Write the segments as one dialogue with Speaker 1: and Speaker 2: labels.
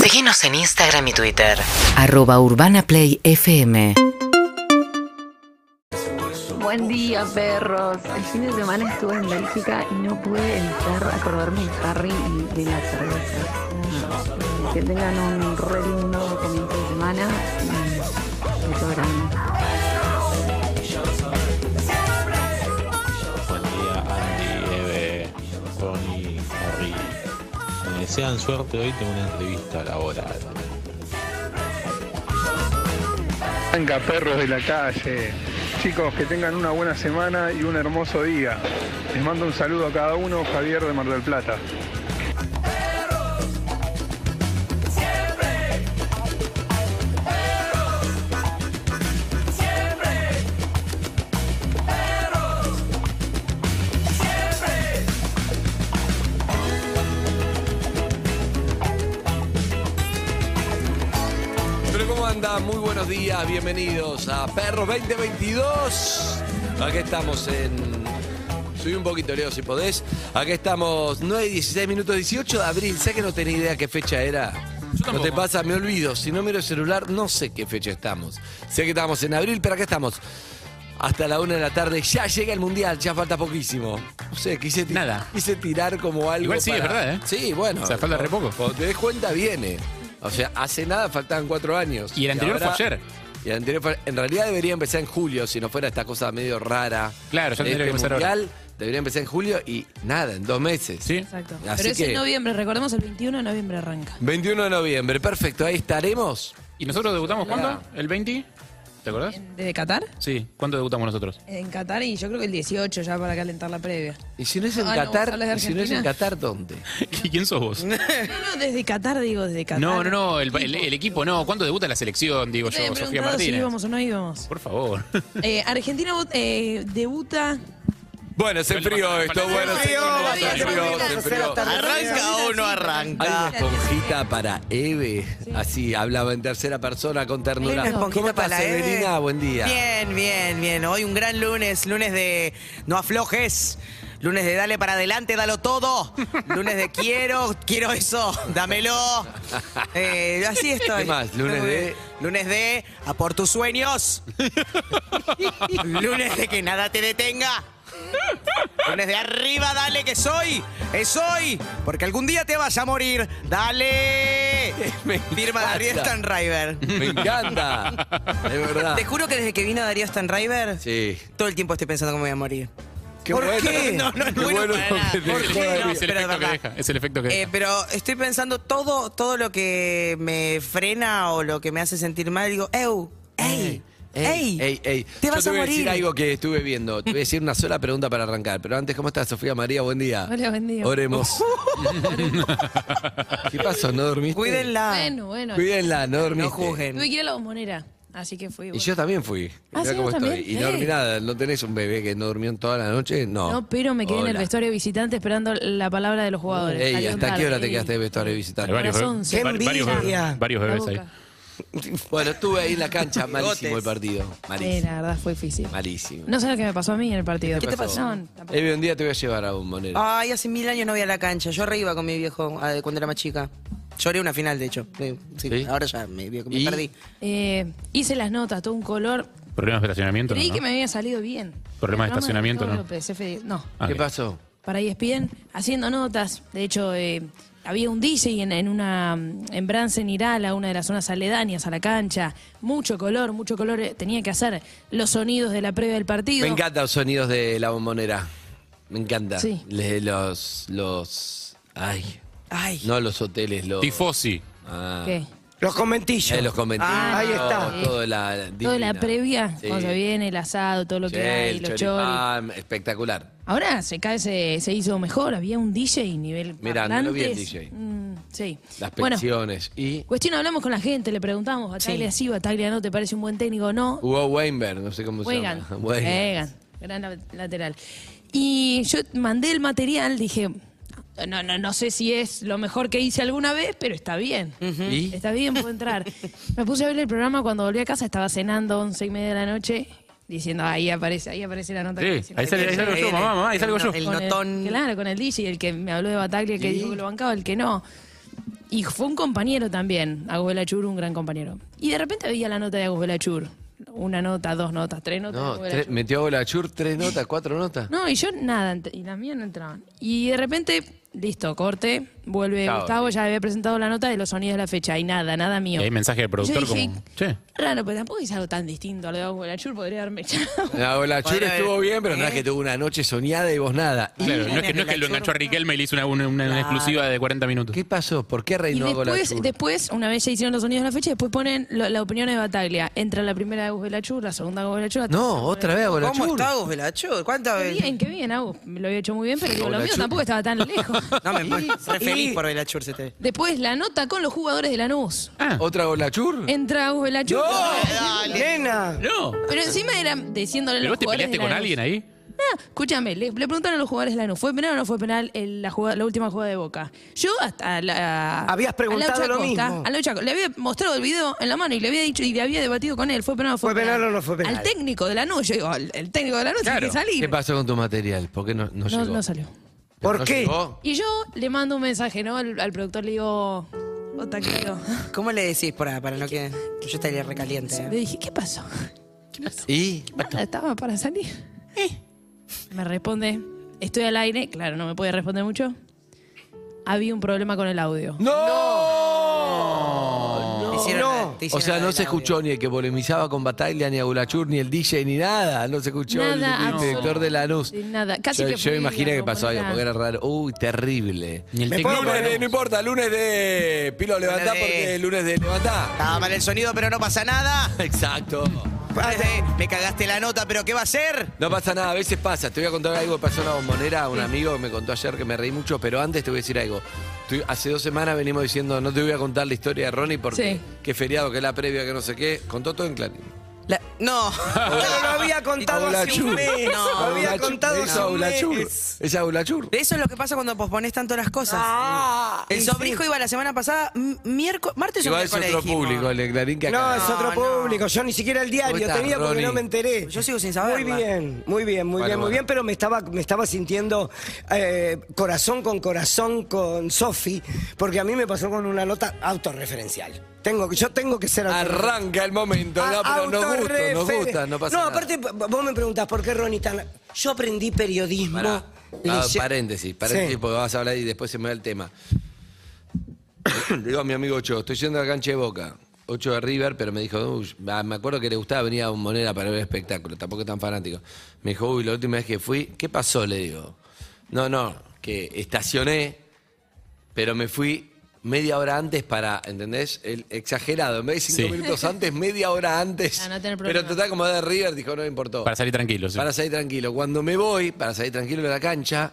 Speaker 1: Seguinos en Instagram y Twitter.
Speaker 2: Arroba Urbana Play FM.
Speaker 3: Buen día, perros. El fin de semana estuve en Bélgica y no pude evitar acordarme de Harry y de la cerveza. Mm. Que tengan un re lindo comienzo de semana y un beso grande.
Speaker 4: Buen día, Andy, Eve, Tony, Harry. Me desean suerte hoy, tengo una entrevista laboral.
Speaker 5: Arranca, perros de la calle. Chicos, que tengan una buena semana y un hermoso día. Les mando un saludo a cada uno, Javier de Mar del Plata.
Speaker 6: Pero ¿cómo andan? Muy buenos días, bienvenidos a Perros 2022. Aquí estamos en... Subí un poquito, Leo, si podés. Aquí estamos, 9 y 16 minutos, 18 de abril. Sé que no tenía idea qué fecha era. No te pasa, me olvido. Si no miro el celular, no sé qué fecha estamos. Sé que estamos en abril, pero acá estamos. Hasta la una de la tarde, ya llega el mundial, ya falta poquísimo. No sé, quise, ti-
Speaker 7: Nada.
Speaker 6: quise tirar como algo.
Speaker 7: Igual sí, es verdad, ¿eh?
Speaker 6: Sí, bueno.
Speaker 7: O sea, falta re poco.
Speaker 6: Cuando te des cuenta, viene. O sea, hace nada faltaban cuatro años.
Speaker 7: Y el anterior fue ayer.
Speaker 6: Y el anterior fue- En realidad debería empezar en julio, si no fuera esta cosa medio rara.
Speaker 7: Claro, ya
Speaker 6: de
Speaker 7: tendría que empezar ahora.
Speaker 6: mundial, Debería empezar en julio y nada, en dos meses.
Speaker 7: ¿Sí?
Speaker 8: Exacto.
Speaker 6: Así
Speaker 8: Pero es
Speaker 6: que-
Speaker 8: en noviembre, recordemos el 21 de noviembre arranca.
Speaker 6: 21 de noviembre, perfecto, ahí estaremos.
Speaker 7: ¿Y nosotros debutamos cuándo? ¿El 20? ¿Te acordás?
Speaker 8: ¿En- ¿Desde Qatar?
Speaker 7: Sí. ¿Cuándo debutamos nosotros?
Speaker 8: En Qatar y yo creo que el 18 ya para calentar la previa.
Speaker 6: Y si no es en
Speaker 8: Ah, no,
Speaker 6: Qatar,
Speaker 8: ¿hablas de
Speaker 6: y si no es en
Speaker 8: Argentina?
Speaker 6: Qatar, ¿dónde?
Speaker 7: ¿Y ¿Quién sos vos?
Speaker 8: No, no, desde Qatar digo, desde Qatar.
Speaker 7: No, no,
Speaker 9: eh,
Speaker 7: no, el, el- el equipo no. ¿Cuándo debuta la selección? Digo
Speaker 8: Ustedes
Speaker 7: yo,
Speaker 8: me
Speaker 7: Sofía
Speaker 8: preguntaron si
Speaker 7: Martínez.
Speaker 8: íbamos o no íbamos.
Speaker 7: Por favor.
Speaker 8: Eh, Argentina vot- eh, debuta.
Speaker 6: Bueno, se enfrió esto, bueno, se enfrió, se enfrió, se enfrió.
Speaker 9: ¿Arranca o no
Speaker 6: Hay una
Speaker 9: arranca?
Speaker 6: esponjita para Eve, así hablaba en tercera persona con ternura.
Speaker 9: Una esponjita
Speaker 6: ¿Cómo estás,
Speaker 9: para Eve.
Speaker 6: Evelina? Buen día.
Speaker 9: Bien, bien, bien. Hoy un gran lunes, lunes de no aflojes, lunes de dale para adelante, dalo todo, lunes de quiero, quiero eso, dámelo. Eh, así estoy.
Speaker 6: ¿Qué más? Lunes de-
Speaker 9: Lunes de a por tus sueños. lunes de que nada te detenga. Lunes de arriba, dale que soy, es hoy, porque algún día te vas a morir. Dale.
Speaker 6: Me
Speaker 9: Firma Darío
Speaker 6: encanta.
Speaker 9: Stanriver.
Speaker 6: Me encanta, de verdad.
Speaker 9: Te juro que desde que vino Darío Stanriver,
Speaker 6: Sí.
Speaker 9: todo el tiempo estoy pensando cómo voy a morir.
Speaker 6: Qué
Speaker 9: ¿Por
Speaker 6: bueno.
Speaker 9: qué? No, no, no,
Speaker 6: Qué
Speaker 9: bueno,
Speaker 6: bueno
Speaker 9: para nada.
Speaker 6: que te
Speaker 9: ¿Por
Speaker 7: Es el-
Speaker 6: dejó de
Speaker 9: qué no?
Speaker 6: reír.
Speaker 7: es el
Speaker 9: Pero
Speaker 7: efecto que
Speaker 9: verdad.
Speaker 7: deja. Es el efecto que
Speaker 9: Eh,
Speaker 7: deja.
Speaker 9: pero estoy pensando todo, todo lo que me frena o lo que me hace sentir mal. Digo, eu, ey, ey,
Speaker 6: ey, ey.
Speaker 9: te
Speaker 6: Yo
Speaker 9: vas a
Speaker 6: voy
Speaker 9: morir.
Speaker 6: decir algo que estuve viendo. Te voy a decir una sola pregunta para arrancar. Pero antes, ¿cómo estás, Sofía María? Buen día.
Speaker 8: Hola, buen día.
Speaker 6: Oremos. ¿Qué pasó? ¿No dormiste?
Speaker 9: Cuídenla.
Speaker 8: Bueno, bueno.
Speaker 6: Cuídenla, no dormiste.
Speaker 9: No juzguen.
Speaker 8: Tuve que ir a la bombonera, así que fui.
Speaker 6: Y
Speaker 8: bueno.
Speaker 6: yo también fui.
Speaker 8: Ah,
Speaker 6: Mirá
Speaker 8: sí,
Speaker 6: cómo
Speaker 8: vos
Speaker 6: estoy.
Speaker 8: también.
Speaker 6: Y no dormí
Speaker 8: Eh.
Speaker 6: nada. ¿No tenés un bebé que no durmió en toda la noche? No.
Speaker 8: No, pero me quedé en el
Speaker 6: Hola.
Speaker 8: vestuario visitante esperando la palabra de los jugadores.
Speaker 6: Ey,
Speaker 8: Salió
Speaker 6: ¿hasta
Speaker 8: tarde,
Speaker 6: qué hora te
Speaker 8: y-
Speaker 6: quedaste de vestuario visitante?
Speaker 7: Hay varios,
Speaker 8: Horas
Speaker 7: bebés-
Speaker 8: once.
Speaker 9: Qué
Speaker 7: var- varios
Speaker 9: envidia.
Speaker 7: bebés- varios
Speaker 8: La
Speaker 7: bebés ahí.
Speaker 8: boca.
Speaker 6: Bueno, estuve ahí en la cancha. Malísimo el partido.
Speaker 8: Eh,
Speaker 6: Malísimo.
Speaker 8: la verdad fue difícil.
Speaker 6: Malísimo.
Speaker 8: No sé lo que me pasó a mí en el partido.
Speaker 6: ¿Qué te pasó? Eh.
Speaker 8: No, tampoco.
Speaker 6: Eve, un día te voy a llevar a un monero.
Speaker 9: Ay, hace mil años no voy a la cancha. Yo re iba con mi viejo ah, cuando era más chica. Lloré una final, de hecho. Sí, sí,
Speaker 6: ¿Sí?
Speaker 9: Ahora ya me, me
Speaker 6: ¿Y?
Speaker 9: perdí.
Speaker 8: Eh, hice las notas, todo un color.
Speaker 7: Problemas de estacionamiento.
Speaker 8: Creí
Speaker 7: ¿no?
Speaker 8: que me había salido bien.
Speaker 7: Problema de
Speaker 8: El programa
Speaker 7: estacionamiento,
Speaker 8: Gustavo
Speaker 7: ¿no?
Speaker 8: López, F- no.
Speaker 7: Ah,
Speaker 6: ¿Qué
Speaker 7: bien.
Speaker 6: pasó?
Speaker 8: Para E ESPN, haciendo notas. De hecho, eh, había un DJ en, en una en Bransen Irala, una de las zonas aledañas a la cancha. Mucho color, mucho color. eh, Tenía que hacer los sonidos de la previa del partido.
Speaker 6: Me encantan los sonidos de la bombonera. Me encanta.
Speaker 8: Sí.
Speaker 6: Le- los, los. Ay.
Speaker 9: Ay,
Speaker 6: No los hoteles, los.
Speaker 7: Tifosi.
Speaker 6: Ah.
Speaker 8: ¿Qué?
Speaker 9: los comentillos.
Speaker 6: Eh, los comentarios.
Speaker 9: Ah, ahí está.
Speaker 6: Todo, todo la,
Speaker 8: Toda la
Speaker 6: divina.
Speaker 8: previa,
Speaker 6: Sí.
Speaker 8: cuando se viene el asado, todo lo que
Speaker 6: Sí,
Speaker 8: hay,
Speaker 6: el
Speaker 8: los choris.
Speaker 6: choripán, espectacular.
Speaker 8: Ahora se cae, se, se hizo mejor, había un DJ nivel
Speaker 6: Mirá, no lo vi el
Speaker 8: parlantes.
Speaker 6: DJ.
Speaker 8: Mm, sí.
Speaker 6: Las
Speaker 8: Bueno,
Speaker 6: pensiones. y
Speaker 8: cuestión, hablamos con la gente, le preguntamos, Bataglia sí, Bataglia no, ¿te parece un buen técnico o no?
Speaker 6: Hugo Weinberg, no sé cómo
Speaker 8: Juegan,
Speaker 6: se llama.
Speaker 8: juegan, gran la- lateral. Y yo mandé el material, dije, no, no, no sé si es lo mejor que hice alguna vez, pero está bien.
Speaker 6: ¿Y?
Speaker 8: Está bien, puedo entrar. Me puse a ver el programa cuando volví a casa, estaba cenando once y media de la noche, diciendo, ahí aparece, ahí aparece la nota. que
Speaker 7: Sí,
Speaker 8: dicen
Speaker 7: ahí,
Speaker 8: que
Speaker 7: sale- ahí salgo yo, mamá, mamá, ahí salgo yo.
Speaker 9: El
Speaker 8: con el-
Speaker 9: notón.
Speaker 8: claro, con el DJ, el que me habló de Bataglia, el que
Speaker 6: ¿Y?
Speaker 8: dijo que lo bancaba, el que no. Y fue un compañero también, Agus Belachur, un gran compañero. Y de repente veía la nota de Agus Belachur. Una nota, dos notas, tres notas. de
Speaker 6: No,
Speaker 8: Agus
Speaker 6: tres-
Speaker 8: Belachur.
Speaker 6: metió a Bolachur tres notas, cuatro notas.
Speaker 8: No, y yo nada, ent- y las mías no entraban. Y de repente, listo, corte, vuelve
Speaker 6: Chao.
Speaker 8: Gustavo, ya había presentado la nota de los sonidos de la fecha, y nada, nada
Speaker 7: Y
Speaker 8: mío.
Speaker 7: hay mensaje del productor
Speaker 8: Yo dije,
Speaker 7: como. Che.
Speaker 8: Raro, pero tampoco es algo tan distinto a lo de Agus Belachur, podría haberme echado.
Speaker 6: La Bolachur
Speaker 9: Podría
Speaker 6: estuvo
Speaker 9: haber-
Speaker 6: bien, pero no es
Speaker 9: ¿Eh?
Speaker 6: que tuvo una noche soñada y vos nada. ¿Y
Speaker 7: Claro, no es que, no es que lo enganchó a Riquelme y le hizo una, una- una exclusiva de 40 minutos.
Speaker 6: qué pasó? ¿Por qué
Speaker 8: Y
Speaker 6: reinó
Speaker 8: después,
Speaker 6: Bolachur?
Speaker 8: después, una vez ya hicieron los sonidos de la fecha, después ponen lo- la opinión de Bataglia. Entra la primera de Agus Belachur, la segunda de Agus Belachur. la tercera de
Speaker 6: No,
Speaker 8: Agus
Speaker 6: otra vez a
Speaker 9: ¿Cómo
Speaker 6: Bolachur.
Speaker 9: está Gus Velacho? ¿Cuántas
Speaker 8: Belachur. Qué
Speaker 9: veces?
Speaker 8: Bien, qué bien, Agus. Lo había hecho muy bien, pero digo, lo mío
Speaker 6: Belachur.
Speaker 8: tampoco estaba tan lejos.
Speaker 9: No, me
Speaker 8: Y-
Speaker 9: re feliz
Speaker 8: y
Speaker 9: por este. Belachur se te.
Speaker 8: Después, la nota con los jugadores de Lanús.
Speaker 7: Ah,
Speaker 6: ¿Otra Bolachur?
Speaker 8: Entra Agus Belachur.
Speaker 9: Nena.
Speaker 7: no.
Speaker 8: Pero encima era diciéndole a
Speaker 7: ¿Pero
Speaker 8: los
Speaker 7: vos te
Speaker 8: jugadores
Speaker 7: peleaste
Speaker 8: de
Speaker 7: con
Speaker 8: Lanús.
Speaker 7: alguien ahí?
Speaker 8: No, Ah, escúchame, le, le preguntaron a los jugadores de Lanús, ¿fue penal o no fue penal el- la, jugada- la última jugada de Boca? Yo hasta la...
Speaker 9: Habías
Speaker 8: a
Speaker 9: preguntado
Speaker 8: Laucha
Speaker 9: lo
Speaker 8: Costa-
Speaker 9: mismo.
Speaker 8: a Laucha Co- le había mostrado el video en la mano y le había dicho y le había debatido con él, ¿fue penal o fue,
Speaker 9: ¿Fue penal o no fue penal?
Speaker 8: Al técnico de Lanús, yo digo, al- el técnico de Lanús
Speaker 7: Claro.
Speaker 8: tiene que salir.
Speaker 6: ¿Qué pasó con tu material? ¿Por qué no, no,
Speaker 8: no,
Speaker 6: llegó?
Speaker 8: no salió.
Speaker 9: ¿Por
Speaker 6: ¿No
Speaker 9: qué?
Speaker 6: llegó?
Speaker 8: Y yo le mando un mensaje, ¿no? Al, al productor le digo, "Oh, "Ota, querido".
Speaker 9: ¿Cómo le decís para, para no que.? Yo estaría recaliente.
Speaker 8: Le
Speaker 9: ¿eh?
Speaker 8: dije, ¿qué pasó?
Speaker 6: ¿Y?
Speaker 8: Nada, estaba para salir. Me responde, estoy al aire, claro, no me puede responder mucho. Había un problema con el audio.
Speaker 9: Te hicieron la- te
Speaker 6: O
Speaker 9: hicieron
Speaker 6: sea,
Speaker 9: la
Speaker 6: no
Speaker 9: del
Speaker 6: se
Speaker 9: audio.
Speaker 6: escuchó ni el que polemizaba con Bataglia, ni a Bolachur, ni el DJ, ni nada. No se escuchó
Speaker 8: Nada,
Speaker 6: el, el director
Speaker 8: absolutamente
Speaker 6: de Lanús.
Speaker 8: nada. Casi
Speaker 6: yo
Speaker 8: que
Speaker 6: yo
Speaker 8: fui
Speaker 6: imaginé
Speaker 8: a
Speaker 6: que pasó algo,
Speaker 8: componer
Speaker 6: porque era raro. Uy, terrible.
Speaker 7: Ni el
Speaker 9: Me
Speaker 7: técnico.
Speaker 9: puedo
Speaker 6: Lunes de, no importa, lunes de Pilo Levantá,
Speaker 9: Lunes de-
Speaker 6: porque el lunes de Levantá.
Speaker 9: Estaba mal el sonido, pero no pasa nada.
Speaker 6: Exacto.
Speaker 9: Eh, Me cagaste la nota, pero ¿qué va a ser?
Speaker 6: No pasa nada, a veces pasa. Te voy a contar algo que pasó en la bombonera. Un amigo que me contó ayer que me reí mucho, pero antes te voy a decir algo. Tu- hace dos semanas venimos diciendo, no te voy a contar la historia de Ronnie porque
Speaker 8: Sí.
Speaker 6: qué feriado, que la previa, que no sé qué. Contó todo en Clarín.
Speaker 9: La- No, yo lo había contado hace un
Speaker 6: Aulachur.
Speaker 9: mes. No, lo había
Speaker 6: Aulachur.
Speaker 9: contado
Speaker 6: Es
Speaker 9: hace un
Speaker 6: Aulachur.
Speaker 9: mes.
Speaker 6: Es Aulachur.
Speaker 9: Eso es lo que pasa cuando pospones tanto las cosas. el sobrijo iba la semana pasada, m- miércoles, martes o
Speaker 6: Igual es
Speaker 9: miércoles.
Speaker 6: otro
Speaker 9: dijimos.
Speaker 6: público, el de Clarín que
Speaker 10: No,
Speaker 6: acá.
Speaker 10: es
Speaker 9: no.
Speaker 10: otro público. Yo ni siquiera el diario
Speaker 6: ¿Cómo estás,
Speaker 10: tenía porque
Speaker 6: Ronnie?
Speaker 10: no me enteré.
Speaker 9: Yo sigo sin saberla.
Speaker 10: Muy bien, muy bien, muy bien,
Speaker 6: Bueno, bueno.
Speaker 10: muy bien. Pero me estaba, me estaba sintiendo eh, corazón con corazón con Sofi, porque a mí me pasó con una nota autorreferencial. Tengo, que- yo tengo que ser autorreferencial.
Speaker 6: Arranca el momento, no,
Speaker 10: A-
Speaker 6: pero nos gusta, nos
Speaker 10: autorrefer-
Speaker 6: gusta, no pasa
Speaker 10: No,
Speaker 6: nada.
Speaker 10: aparte, p- vos me preguntás por qué Ronnie tan. Yo aprendí periodismo.
Speaker 6: Pará. Ah,
Speaker 10: leye-
Speaker 6: paréntesis, paréntesis,
Speaker 10: Sí.
Speaker 6: porque vas a hablar y después se me da el tema. Le digo a mi amigo Ocho, estoy yendo a la cancha de Boca. Ocho de River, pero me dijo, "Uy, ah, me acuerdo que le gustaba venir a Monera para ver espectáculo, tampoco es tan fanático. Me dijo, uy, la última vez que fui, ¿qué pasó? Le digo, no, no, que estacioné, pero me fui media hora antes para, ¿entendés? El exagerado, en vez de cinco
Speaker 7: Sí.
Speaker 6: minutos antes, media hora antes.
Speaker 8: Ah, no tener
Speaker 6: pero
Speaker 8: problema.
Speaker 6: total, como de River, dijo, no me importó.
Speaker 7: Para salir tranquilos.
Speaker 6: Para salir tranquilo. Cuando me voy, para salir tranquilo de la cancha,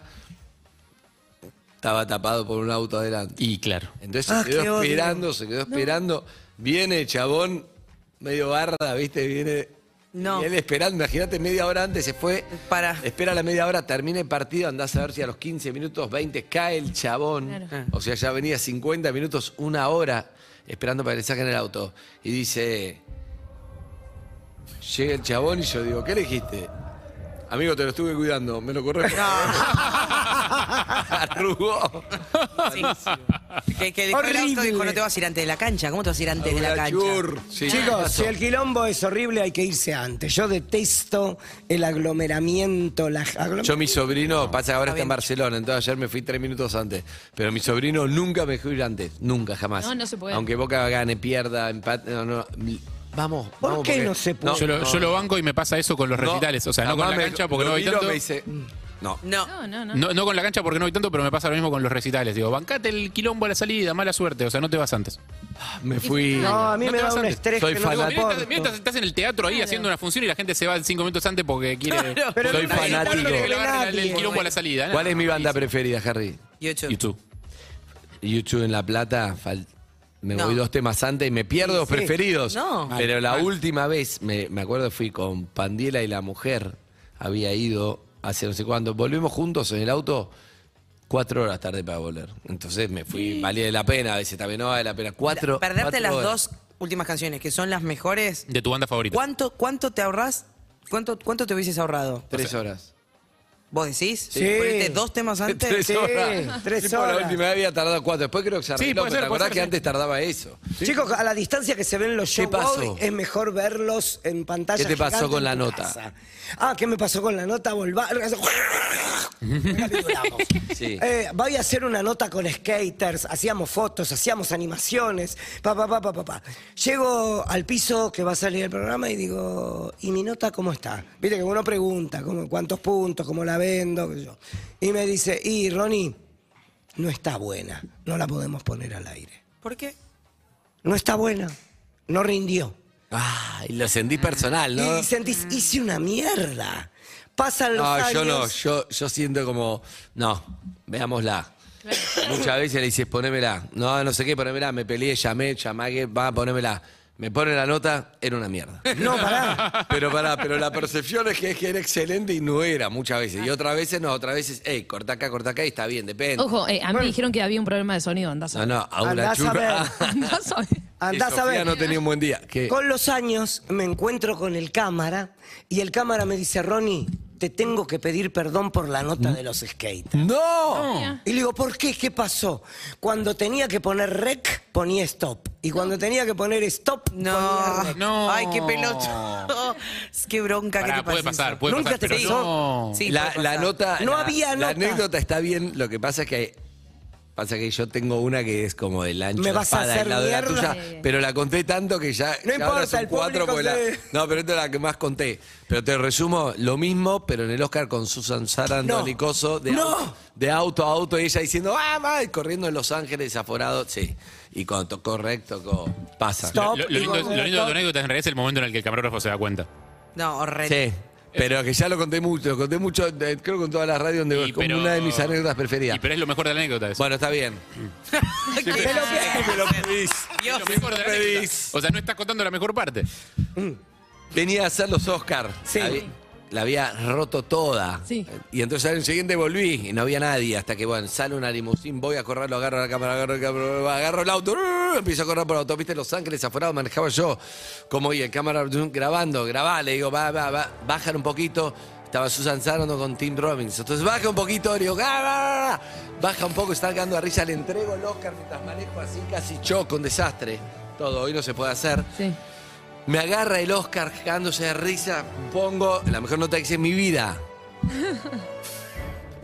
Speaker 6: estaba tapado por un auto adelante.
Speaker 7: Y claro.
Speaker 6: Entonces
Speaker 9: Ah,
Speaker 6: se
Speaker 9: qué
Speaker 6: quedó
Speaker 9: odio.
Speaker 6: esperando, se quedó esperando. Viene el chabón, medio barra, ¿viste? Viene.
Speaker 9: No.
Speaker 6: y él esperando, imagínate, media hora antes se fue.
Speaker 9: Para.
Speaker 6: Espera la media hora, termina el partido, andás a ver si a los 15 minutos, 20, cae el chabón. O sea, ya venía 50 minutos, una hora, esperando para que le saquen el auto. Y dice. Llega el chabón y yo digo, ¿qué elegiste? Amigo, te lo estuve cuidando, me lo corré. Arrugó.
Speaker 9: Que, que dejó el auto y dijo,
Speaker 10: Horrible.
Speaker 9: no te vas a ir antes de la cancha. ¿Cómo te vas a ir antes de la cancha?
Speaker 6: Aulachur. Sí,
Speaker 10: Chicos,
Speaker 6: pasó.
Speaker 10: si el quilombo es horrible, hay que irse antes. Yo detesto el aglomeramiento. La aglomer-
Speaker 6: Yo, mi sobrino, pasa que ahora está en Barcelona, entonces ayer me fui tres minutos antes. Pero mi sobrino nunca me dejó ir antes, nunca, jamás.
Speaker 8: No, no se puede.
Speaker 6: Aunque Boca gane, pierda, empate, no, no. Vamos,
Speaker 10: ¿Por
Speaker 6: vamos,
Speaker 10: qué
Speaker 6: porque-
Speaker 10: no se puede?
Speaker 7: yo, lo, yo lo banco y me pasa eso con los recitales. O sea, no con la
Speaker 6: jamás me-
Speaker 7: cancha porque
Speaker 6: lo
Speaker 7: no voy
Speaker 6: miro,
Speaker 7: tanto.
Speaker 6: me dice,
Speaker 10: Mm.
Speaker 6: no.
Speaker 9: No.
Speaker 8: No, no, no.
Speaker 7: No, no con la cancha porque no voy tanto, pero me pasa lo mismo con los recitales. Digo, bancate el quilombo a la salida, mala suerte. O sea, no te vas antes.
Speaker 6: Me fui.
Speaker 10: No, a mí
Speaker 7: No
Speaker 10: me
Speaker 7: te
Speaker 10: da
Speaker 7: vas
Speaker 10: un
Speaker 7: antes.
Speaker 10: estrés
Speaker 6: Soy
Speaker 10: que no
Speaker 7: Digo,
Speaker 6: fanático.
Speaker 10: soporto.
Speaker 7: mirá, estás, mirá, estás- estás en el teatro ahí haciendo una función y la gente se va cinco minutos antes porque quiere.
Speaker 10: Pero
Speaker 7: soy
Speaker 10: no
Speaker 6: hay
Speaker 7: fanático.
Speaker 6: tanto
Speaker 7: que le agarren el,
Speaker 10: nadie.
Speaker 7: quilombo a la salida.
Speaker 6: ¿Cuál es mi banda preferida, Harry?
Speaker 9: Y ocho.
Speaker 7: Y tú.
Speaker 6: YouTube en La Plata, fal- me
Speaker 9: No.
Speaker 6: voy dos temas antes y me pierdo los preferidos.
Speaker 9: No.
Speaker 6: Pero la última vez, me, me acuerdo, fui con Pandiela y la mujer, había ido hace no sé cuándo, volvimos juntos en el auto. Cuatro horas tarde para volver. Entonces me fui, valía de la pena, a veces también no vale la pena. Cuatro.
Speaker 9: Perderte
Speaker 6: cuatro
Speaker 9: las
Speaker 6: horas.
Speaker 9: dos últimas canciones, que son las mejores.
Speaker 7: De tu banda favorita.
Speaker 9: ¿Cuánto, cuánto te ahorras? ¿Cuánto, ¿Cuánto te hubieses ahorrado?
Speaker 6: Tres horas.
Speaker 9: ¿Vos decís?
Speaker 10: Sí.
Speaker 9: ¿Ponete dos temas antes?
Speaker 6: Tres
Speaker 10: Sí,
Speaker 6: horas.
Speaker 10: tres
Speaker 6: Tipo,
Speaker 10: horas.
Speaker 6: La última vez había tardado cuatro. Después creo que se arregló,
Speaker 7: Sí, puede
Speaker 6: pero
Speaker 7: ser,
Speaker 6: ¿te
Speaker 7: puede
Speaker 6: acordás
Speaker 7: ser,
Speaker 6: que
Speaker 7: sí.
Speaker 6: antes tardaba eso?
Speaker 10: Chicos, a la distancia que se ven los
Speaker 6: ¿Qué
Speaker 10: shows
Speaker 6: pasó?
Speaker 10: hoy, es mejor verlos en pantalla.
Speaker 6: ¿Qué te pasó
Speaker 10: gigante
Speaker 6: con
Speaker 10: en
Speaker 6: la
Speaker 10: tu
Speaker 6: nota?
Speaker 10: casa. Ah, ¿qué me pasó con la nota? Volvá. Recapitulamos.
Speaker 6: Sí.
Speaker 10: Eh, voy a hacer una nota con skaters, hacíamos fotos, hacíamos animaciones, pa, pa, pa, pa, pa, pa. Llego al piso que va a salir el programa y digo, ¿y mi nota cómo está? Viste que uno pregunta, ¿cómo, ¿cuántos puntos? ¿Cómo la vendo? qué sé yo. Y me dice, y Ronnie, no está buena, no la podemos poner al aire.
Speaker 9: ¿Por qué?
Speaker 10: No está buena, no rindió.
Speaker 6: Ah, y lo sentí personal, ¿no?
Speaker 10: Y
Speaker 9: Ah.
Speaker 10: sentís, hice una mierda. Pasan los
Speaker 6: No,
Speaker 10: años.
Speaker 6: yo no, yo, yo siento como, no, veámosla. Muchas veces le dices, ponémela. No, no sé qué, ponémela. Me peleé, llamé, chamagué, va, ponémela. Me pone la nota, era una mierda.
Speaker 10: No, pará.
Speaker 6: Pero pará, pero la percepción es que, es que era excelente y no era muchas veces. Y otras veces no, otras veces, hey, corta acá, corta acá y está bien, depende.
Speaker 8: Ojo, eh, a mí me dijeron que había un problema de sonido, andás a
Speaker 6: No, no, a una
Speaker 10: Andás a
Speaker 6: churra.
Speaker 10: ver.
Speaker 8: Andás a ver.
Speaker 10: Andás
Speaker 6: Que
Speaker 10: a ver.
Speaker 6: Sofía no tenía un buen día. Que-
Speaker 10: Con los años me encuentro con el cámara y el cámara me dice, Ronnie, te tengo que pedir perdón por la nota de los skaters.
Speaker 6: ¡No!
Speaker 10: Y le digo, ¿por qué? ¿Qué pasó? Cuando tenía que poner rec, ponía stop. Y cuando tenía que poner stop, ponía
Speaker 9: No.
Speaker 10: rec.
Speaker 7: No.
Speaker 9: Ay, qué peloto. Es que bronca que
Speaker 7: Pará,
Speaker 9: te
Speaker 7: puede
Speaker 9: pasa eso.
Speaker 7: pasar, puede
Speaker 10: Nunca
Speaker 7: pasar,
Speaker 10: te
Speaker 7: pero
Speaker 10: pasó.
Speaker 7: no.
Speaker 9: Sí,
Speaker 6: la,
Speaker 9: puede
Speaker 6: la
Speaker 9: pasar.
Speaker 6: nota.
Speaker 10: No
Speaker 6: la-
Speaker 10: había
Speaker 6: La
Speaker 10: nota.
Speaker 6: anécdota está bien. Lo que pasa es que. Pasa que yo tengo una que es como el ancho
Speaker 10: Me
Speaker 6: de
Speaker 10: vas a
Speaker 6: espada
Speaker 10: hacer
Speaker 6: del lado de la
Speaker 10: mierda.
Speaker 6: tuya, pero la conté tanto que ya.
Speaker 10: No
Speaker 6: ya ahora
Speaker 10: importa,
Speaker 6: son
Speaker 10: el
Speaker 6: cuatro,
Speaker 10: público
Speaker 6: porque la-
Speaker 10: se-
Speaker 6: No, pero esta es la que más conté. Pero te resumo lo mismo, pero en el Oscar con Susan Sarandon
Speaker 10: No.
Speaker 6: y Coso, de,
Speaker 10: No.
Speaker 6: auto, de auto a auto, y ella diciendo, ¡ah, va", y corriendo en Los Ángeles, aforado. Sí. Y cuando tocó recto, tocó. Pasa.
Speaker 10: Stop.
Speaker 7: Lo, lo lindo,
Speaker 10: Y
Speaker 7: es- lo lindo de tu anécdota en realidad es el momento en el que el camarógrafo se da cuenta.
Speaker 9: No, horrendo.
Speaker 6: Sí. Pero que ya lo conté mucho, lo conté mucho, eh, creo que en todas las radios, donde
Speaker 7: Y
Speaker 6: como
Speaker 7: pero-
Speaker 6: una de mis anécdotas preferidas.
Speaker 7: Y pero es lo mejor de la anécdota. eso.
Speaker 6: Bueno, está bien.
Speaker 9: ¿Qué?
Speaker 6: Me lo pedís.
Speaker 9: Dios.
Speaker 7: lo mejor de la anécdota.
Speaker 6: Feliz.
Speaker 7: O sea, no estás contando la mejor parte.
Speaker 6: Venía a hacer los Oscar.
Speaker 10: Sí.
Speaker 6: La, había- la había roto toda.
Speaker 8: Sí.
Speaker 6: Y entonces al año siguiente volví y no había nadie. Hasta que, bueno, sale una limusín, voy a correrlo, agarro la cámara, agarro, el cámara, agarro el auto, ¡rrr! empiezo a correr por la autopista de Los Ángeles, aforado, manejaba yo. Como y el cámara ¡zum! grabando, grabá, le digo, va, va, va, bajan un poquito. Estaba Susan Sarandon con Tim Robbins. Entonces baja un poquito, le digo, ¡ah, va, va, va! baja un poco, está cagando a risa, le entrego el Oscar mientras manejo así, casi choco, un desastre. Todo, hoy no se puede hacer.
Speaker 8: Sí.
Speaker 6: Me agarra el Oscar cagándose de risa, pongo la mejor nota que hice en mi vida.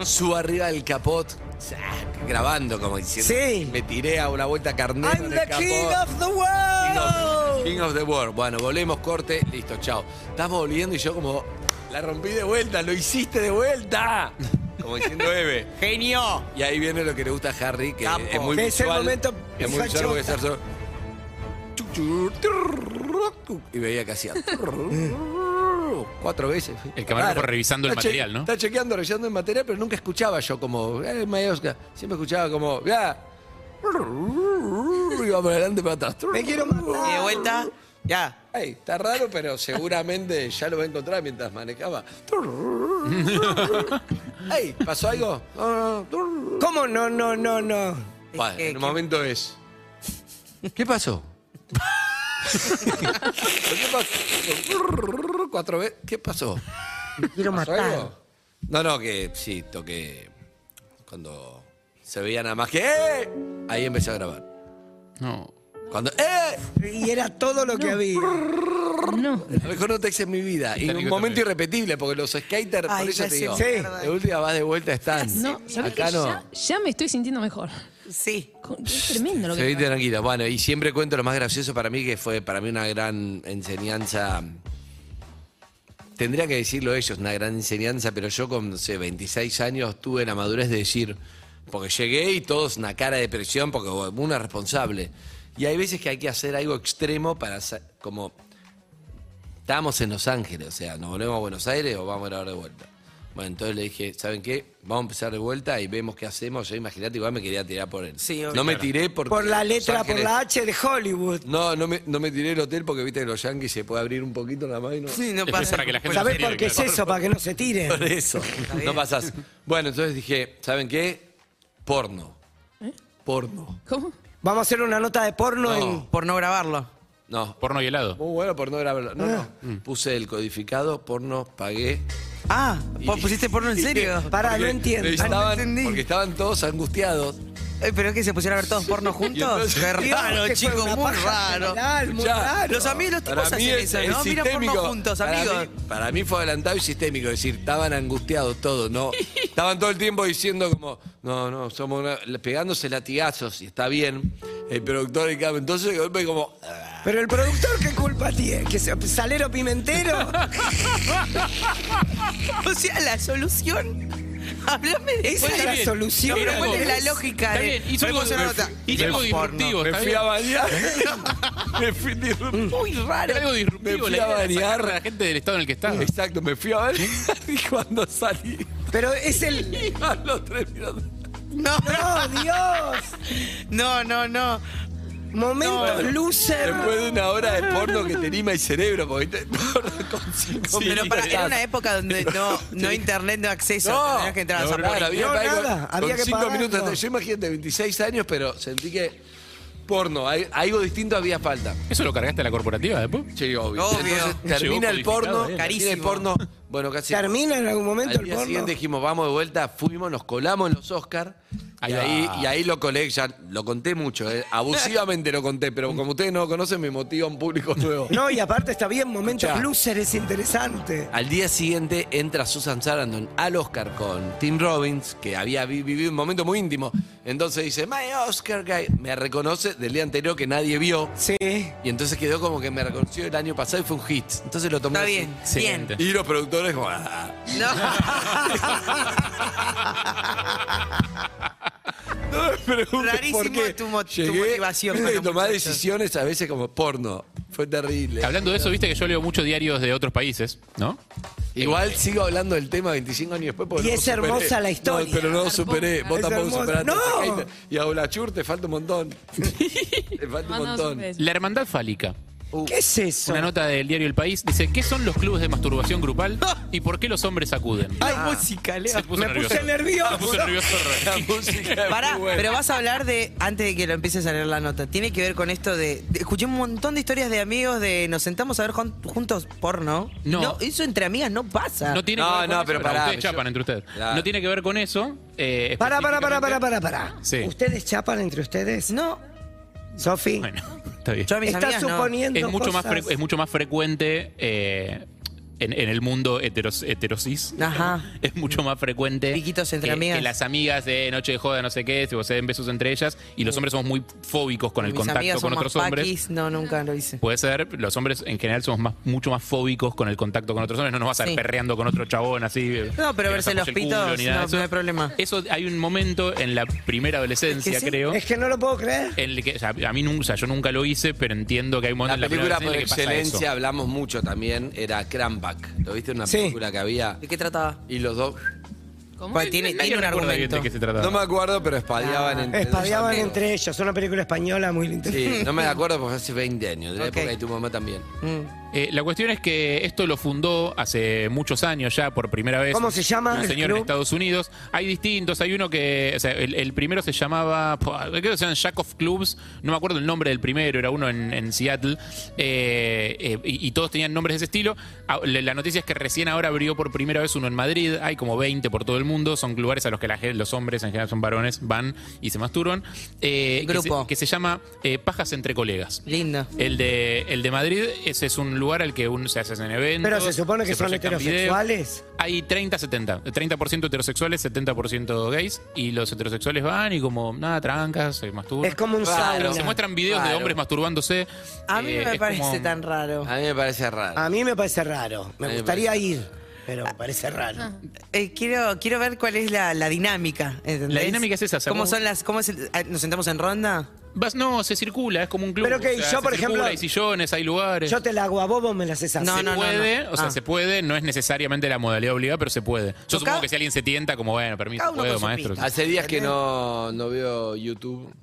Speaker 6: Subo arriba del capot, sac, grabando como diciendo.
Speaker 10: Sí.
Speaker 6: Me tiré a una vuelta carnero
Speaker 10: I'm
Speaker 6: en
Speaker 10: the
Speaker 6: el
Speaker 10: king
Speaker 6: capot.
Speaker 10: of the
Speaker 6: King of-
Speaker 10: world.
Speaker 6: King of the world. Bueno, volvemos, corte, listo, chao. Estamos volviendo y yo como, la rompí de vuelta, lo hiciste de vuelta. Como diciendo Eve.
Speaker 9: Genio.
Speaker 6: Y ahí viene lo que le gusta a Harry, que
Speaker 9: Capo.
Speaker 6: es muy
Speaker 10: Que es el
Speaker 6: visual.
Speaker 10: momento
Speaker 6: es muy visual porque está solo. Chuc, chuc, turr, tuc, Y veía que hacía. turr, Cuatro veces.
Speaker 7: El camarógrafo
Speaker 6: Claro.
Speaker 7: revisando el
Speaker 6: Está che-
Speaker 7: material, ¿no?
Speaker 6: Está chequeando, revisando el material, pero nunca escuchaba yo como. "Eh, Mayosca". Siempre escuchaba como. "Ya". Iba para adelante para atrás.
Speaker 10: Me quiero matar.
Speaker 9: Y de vuelta, ya.
Speaker 6: Ay, está raro, pero seguramente ya lo va a encontrar mientras manejaba. Ay, ¿pasó algo? No, no, no.
Speaker 10: ¿Cómo no, no, no, no?
Speaker 6: Bueno,
Speaker 9: Eh,
Speaker 6: en
Speaker 9: ¿qué-
Speaker 6: un momento es. ¿Qué pasó? ¿Qué pasó? Cuatro veces. ¿Qué pasó?
Speaker 10: Quiero
Speaker 6: ¿Pasó
Speaker 10: matar.
Speaker 6: algo? No, no, que sí, toqué. Cuando se veía nada más que. ¡Eh! Ahí empecé a grabar.
Speaker 7: No.
Speaker 6: Cuando. ¡Eh!
Speaker 10: Y era todo lo que había.
Speaker 8: No.
Speaker 6: A lo mejor no te hice en mi vida. Y
Speaker 7: Está
Speaker 6: un
Speaker 7: rico
Speaker 6: momento
Speaker 7: también.
Speaker 6: irrepetible, porque los skaters,
Speaker 9: Ay,
Speaker 6: por eso
Speaker 9: ya
Speaker 6: te
Speaker 9: sé,
Speaker 6: digo.
Speaker 10: sí.
Speaker 6: De última vas de vuelta están.
Speaker 8: No, ¿sabés
Speaker 6: Acá
Speaker 8: que
Speaker 6: no.
Speaker 8: Ya, ya me estoy sintiendo mejor.
Speaker 9: Sí.
Speaker 8: Con- Es tremendo lo
Speaker 6: Se
Speaker 8: que
Speaker 6: viste
Speaker 8: pasa.
Speaker 6: tranquila. Bueno, y siempre cuento lo más gracioso para mí, que fue para mí una gran enseñanza. Tendría que decirlo ellos, una gran enseñanza, pero yo con, no sé, 26 años tuve la madurez de decir, porque llegué y todos una cara de presión, porque bueno, uno es responsable. Y hay veces que hay que hacer algo extremo para, sa- como, estábamos en Los Ángeles, o sea, ¿nos volvemos a Buenos Aires o vamos a grabar de vuelta? Bueno, entonces le dije, ¿saben qué? Vamos a empezar de vuelta y vemos qué hacemos. Yo imagínate, igual me quería tirar por él.
Speaker 9: Sí, obvio.
Speaker 6: no me tiré porque
Speaker 10: Por la
Speaker 6: Los
Speaker 10: letra, por
Speaker 6: Ángeles-
Speaker 10: la H de Hollywood.
Speaker 6: No, no me, no me tiré el hotel porque viste que los Yankees se puede abrir un poquito nada más y no.
Speaker 9: Sí, no
Speaker 7: Eso es
Speaker 9: pasa.
Speaker 7: para que la gente
Speaker 10: ¿Sabés
Speaker 7: serio,
Speaker 10: por qué es
Speaker 7: claro.
Speaker 10: eso? Para que no se tire.
Speaker 6: Por eso. no pasás. Bueno, entonces dije, ¿saben qué? Porno.
Speaker 9: ¿Eh?
Speaker 6: Porno.
Speaker 8: ¿Cómo?
Speaker 10: Vamos a hacer una nota de porno
Speaker 6: No.
Speaker 10: en...
Speaker 9: Por no grabarlo.
Speaker 6: No.
Speaker 7: Porno y helado.
Speaker 9: Ah. Mm.
Speaker 6: Muy bueno por no grabarlo. No, no. Puse el codificado, porno, pagué.
Speaker 9: Ah, vos pusiste porno en serio.
Speaker 10: Pará, no
Speaker 6: Porque
Speaker 10: entiendo.
Speaker 6: le
Speaker 10: Ah,
Speaker 6: estaban-
Speaker 9: no entendí.
Speaker 6: Porque estaban todos angustiados.
Speaker 9: Eh, ¿Pero es que se pusieron a ver todos porno juntos? este
Speaker 6: entonces-
Speaker 9: Qué
Speaker 10: Dios,
Speaker 9: raro,
Speaker 10: que fue
Speaker 9: chicos,
Speaker 10: una
Speaker 9: muy
Speaker 10: paja
Speaker 9: raro.
Speaker 10: general, muy
Speaker 6: Escuchá,
Speaker 10: raro.
Speaker 9: Los amigos, los tipos
Speaker 6: Para mí
Speaker 9: hacen
Speaker 6: es,
Speaker 9: eso,
Speaker 6: es
Speaker 9: ¿no? Miran porno
Speaker 6: sistémico.
Speaker 9: juntos,
Speaker 6: Para
Speaker 9: amigos.
Speaker 6: mí- para mí fue adelantado y sistémico, es decir, estaban angustiados todos, ¿no? Estaban todo el tiempo diciendo como, no, no, somos una- pegándose latigazos y está bien. El productor y cada- entonces de golpe como, ah,
Speaker 10: Pero el productor, ¿qué culpa tiene? ¿Que sea salero pimentero?
Speaker 9: O sea, la solución. Háblame de eso.
Speaker 10: Esa es la
Speaker 7: bien.
Speaker 10: solución.
Speaker 9: Pues Pero ¿cuál es la
Speaker 7: Está
Speaker 9: lógica? de-
Speaker 7: bien, hizo algo,
Speaker 9: Hacemos una nota.
Speaker 7: hizo algo
Speaker 9: Vemos porno.
Speaker 7: disruptivo,
Speaker 6: me
Speaker 7: está
Speaker 6: fui
Speaker 7: bien.
Speaker 6: a bañar. me fui a
Speaker 9: Muy raro.
Speaker 7: Era algo disruptivo,
Speaker 6: Me
Speaker 7: la
Speaker 6: fui a
Speaker 7: idea era sacar
Speaker 6: bañar.
Speaker 7: a la gente del estado en el que estaba.
Speaker 6: Exacto, me fui a bañar y cuando salí,
Speaker 10: Pero es el.
Speaker 6: a los tres minutos.
Speaker 9: No,
Speaker 10: ¡No, Dios!
Speaker 9: no, no, no.
Speaker 10: Momento
Speaker 9: No.
Speaker 10: loser.
Speaker 6: Después de una hora de porno que te lima el cerebro, porque te porno con cinco
Speaker 7: Sí,
Speaker 9: Pero para, era
Speaker 6: minutos.
Speaker 9: una época donde no, no internet, no acceso. tenías que entrar a
Speaker 6: no,
Speaker 9: esa
Speaker 6: claro,
Speaker 9: puerta.
Speaker 6: había
Speaker 10: No,
Speaker 6: que pagar con-
Speaker 10: nada, había
Speaker 6: con
Speaker 10: que
Speaker 6: cinco
Speaker 10: pagarlo.
Speaker 6: minutos. de- Yo imagínate, 26 años, pero sentí que porno, hay- algo distinto había falta.
Speaker 7: ¿Eso lo cargaste a la corporativa después?
Speaker 6: Sí, obvio.
Speaker 9: Obvio.
Speaker 6: Entonces,
Speaker 7: Llegó
Speaker 6: termina el
Speaker 7: codificado,
Speaker 6: porno,
Speaker 7: eh.
Speaker 6: termina el
Speaker 9: Carísimo.
Speaker 6: porno. Bueno, casi.
Speaker 10: Termina en algún momento
Speaker 6: Al
Speaker 10: el
Speaker 6: día
Speaker 10: porno.
Speaker 6: siguiente dijimos, vamos de vuelta, fuimos, nos colamos en los Oscar.
Speaker 7: Ahí
Speaker 6: y,
Speaker 7: va.
Speaker 6: ahí, y ahí lo colé, ya lo conté mucho, eh, abusivamente lo conté, pero como ustedes no lo conocen, me motiva un público nuevo.
Speaker 10: No, y aparte está bien, momento
Speaker 6: Escuchá.
Speaker 10: loser es interesante.
Speaker 6: Al día siguiente entra Susan Sarandon al Oscar con Tim Robbins, que había vi- vivido un momento muy íntimo. Entonces dice, My Oscar guy. Me reconoce del día anterior que nadie vio.
Speaker 10: Sí.
Speaker 6: Y entonces quedó como que me reconoció el año pasado y fue un hit. Entonces lo tomó
Speaker 9: Está
Speaker 6: así.
Speaker 9: bien,
Speaker 7: Excelente.
Speaker 6: Y los productores como... "Ah".
Speaker 9: bien.
Speaker 6: No me preguntes
Speaker 9: Rarísimo
Speaker 6: por qué.
Speaker 9: tu mo- tu
Speaker 6: Llegué
Speaker 9: motivación con
Speaker 6: de
Speaker 9: los
Speaker 6: tomar
Speaker 9: muchachos.
Speaker 6: decisiones a veces como porno. Fue terrible.
Speaker 7: Eh, Hablando de eso, viste que yo leo muchos diarios de otros países, ¿no?
Speaker 6: Igual sigo hablando del tema 25 años después. porque
Speaker 10: Y
Speaker 6: no
Speaker 10: es
Speaker 6: superé.
Speaker 10: hermosa la
Speaker 6: No,
Speaker 10: historia.
Speaker 6: pero no lo superé. Vos
Speaker 10: Es
Speaker 6: tampoco
Speaker 10: hermosa.
Speaker 6: superaste.
Speaker 10: ¡No!
Speaker 6: ese hater. Y a Olachur te falta un montón. te falta un
Speaker 8: Mandamos Ah, un
Speaker 6: montón. Uh.
Speaker 8: beso.
Speaker 7: La hermandad fálica.
Speaker 10: ¿Qué es eso?
Speaker 7: Una nota del diario El País dice, ¿qué son los clubes de masturbación grupal y por qué los hombres acuden?
Speaker 9: Ay, música, Leo.
Speaker 7: Se puso
Speaker 10: Me
Speaker 7: nervioso.
Speaker 10: puse nervioso.
Speaker 7: Se puso nervioso.
Speaker 6: La música es
Speaker 9: Pará,
Speaker 6: muy buena.
Speaker 9: pero vas a hablar de, antes de que lo empieces a leer la nota, tiene que ver con esto de, de- Escuché un montón de historias de amigos de nos sentamos a ver jun- juntos porno.
Speaker 7: No.
Speaker 9: Eso entre amigas no pasa.
Speaker 7: No tiene que
Speaker 6: No,
Speaker 7: ver con
Speaker 6: no,
Speaker 7: eso,
Speaker 6: pero pará,
Speaker 7: Ustedes
Speaker 6: yo-
Speaker 7: chapan entre ustedes.
Speaker 6: Claro.
Speaker 7: No tiene que ver con eso. Eh,
Speaker 10: Pará, pará, pará, pará, pará, pará.
Speaker 7: Sí.
Speaker 10: ¿Ustedes chapan entre ustedes?
Speaker 9: No,
Speaker 10: Sofi,
Speaker 7: Bueno, está bien.
Speaker 9: yo a mis
Speaker 10: está
Speaker 9: amigas no.
Speaker 10: suponiendo
Speaker 7: es mucho más
Speaker 10: cosas.
Speaker 7: fre- es mucho más frecuente eh, en, en el mundo heteros, heterosis.
Speaker 9: Ajá.
Speaker 7: Es mucho más frecuente
Speaker 9: Piquitos entre
Speaker 7: que,
Speaker 9: amigas.
Speaker 7: que las amigas de noche de joda, no sé qué, tipo, se den besos entre ellas y los hombres somos muy fóbicos con el
Speaker 9: mis
Speaker 7: contacto
Speaker 9: amigas son
Speaker 7: con otros
Speaker 9: más
Speaker 7: hombres.
Speaker 9: paquis. No, nunca lo hice.
Speaker 7: Puede ser, los hombres en general somos más, mucho más fóbicos con el contacto con otros hombres, no nos vas a ir
Speaker 9: Sí.
Speaker 7: perreando con otro chabón así.
Speaker 9: No, pero
Speaker 7: que
Speaker 9: verse los
Speaker 7: nos apoye el culo,
Speaker 9: pitos,
Speaker 7: ni nada de
Speaker 9: no,
Speaker 7: eso.
Speaker 9: no hay problema.
Speaker 7: Eso hay un momento en la primera adolescencia,
Speaker 9: Es que sí,
Speaker 7: creo.
Speaker 10: Es que no lo puedo creer.
Speaker 7: en el que, o sea, a mí nunca, o sea, yo nunca lo hice, pero entiendo que hay un momento
Speaker 6: La
Speaker 7: en la primera
Speaker 6: película por
Speaker 7: adolescencia en el que pasa
Speaker 6: excelencia, hablamos mucho también, era Crampack. ¿Lo viste? Una
Speaker 10: Sí.
Speaker 6: película que había.
Speaker 9: ¿De qué trataba?
Speaker 6: Y los dos.
Speaker 8: ¿Cómo?
Speaker 9: Bueno, tiene,
Speaker 7: eso. Nadie
Speaker 9: tiene un
Speaker 7: recuerda bien
Speaker 9: argumento.
Speaker 7: de qué se trataba.
Speaker 6: No me acuerdo, pero espadeaban
Speaker 9: Ah.
Speaker 6: entre. dos
Speaker 10: Espadeaban
Speaker 6: amigos.
Speaker 10: Eh, entre ellos. Una película española muy interesante.
Speaker 6: Sí, no me acuerdo porque hace 20 años, de la
Speaker 9: Ok.
Speaker 6: época de tu mamá también.
Speaker 9: Mm.
Speaker 7: Eh, la cuestión es que esto lo fundó hace muchos años ya, por primera vez.
Speaker 10: ¿Cómo se llama
Speaker 7: Un
Speaker 10: el
Speaker 7: señor en
Speaker 10: club?
Speaker 7: Estados Unidos. Hay distintos, hay uno que, o sea, el, el primero se llamaba, pua, creo que se llaman Jack of Clubs, no me acuerdo el nombre del primero, era uno en, en Seattle, eh, eh, y, y todos tenían nombres de ese estilo. Ah, La la noticia es que recién ahora abrió por primera vez uno en Madrid, hay como 20 por todo el mundo, son lugares a los que la gen- los hombres en general son varones, van y se masturban, eh, que se-
Speaker 9: Grupo.
Speaker 7: Que, se, llama eh, Pajas entre colegas.
Speaker 9: Lindo.
Speaker 7: El de, el de Madrid, ese es un lugar al que uno se hace en eventos.
Speaker 10: Pero se supone que son
Speaker 7: proyectan videos.
Speaker 10: heterosexuales.
Speaker 7: Hay 30-70. 30% heterosexuales, 70% gays. Y los heterosexuales van y como, nada, trancas, se masturban.
Speaker 10: Es como un
Speaker 6: Claro.
Speaker 10: sauna.
Speaker 7: se muestran videos de
Speaker 6: Claro.
Speaker 7: hombres masturbándose.
Speaker 9: A mí
Speaker 7: Eh,
Speaker 9: no me
Speaker 7: es
Speaker 9: parece
Speaker 7: como-
Speaker 9: tan raro.
Speaker 6: A mí me parece raro.
Speaker 10: A mí me parece raro. Ah, Me
Speaker 6: A mí me
Speaker 10: gustaría ir, pero me parece raro.
Speaker 9: Eh, quiero, quiero ver cuál es la, la dinámica. ¿entendés?
Speaker 7: La dinámica es esa, o sea,
Speaker 9: ¿Cómo
Speaker 7: vos-
Speaker 9: son las, cómo es el- ah, ¿Nos sentamos en ronda?
Speaker 7: Vas, no, se circula, es como un club.
Speaker 10: Pero que
Speaker 7: o sea,
Speaker 10: yo,
Speaker 7: se
Speaker 10: por
Speaker 7: circula,
Speaker 10: ejemplo-
Speaker 7: Hay sillones, hay lugares.
Speaker 10: Yo te la hago a vos, me la haces así.
Speaker 9: No,
Speaker 7: se
Speaker 9: no,
Speaker 7: puede, o sea,
Speaker 9: Ah.
Speaker 7: se puede, no es necesariamente la modalidad obligada, pero se puede. Yo
Speaker 9: Yo
Speaker 7: supongo
Speaker 9: cada-
Speaker 7: que si alguien se tienta, como, bueno, permiso,
Speaker 9: Cada uno
Speaker 7: puedo,
Speaker 9: con su
Speaker 7: maestro.
Speaker 9: pista.
Speaker 6: Hace días que no, no veo YouTube.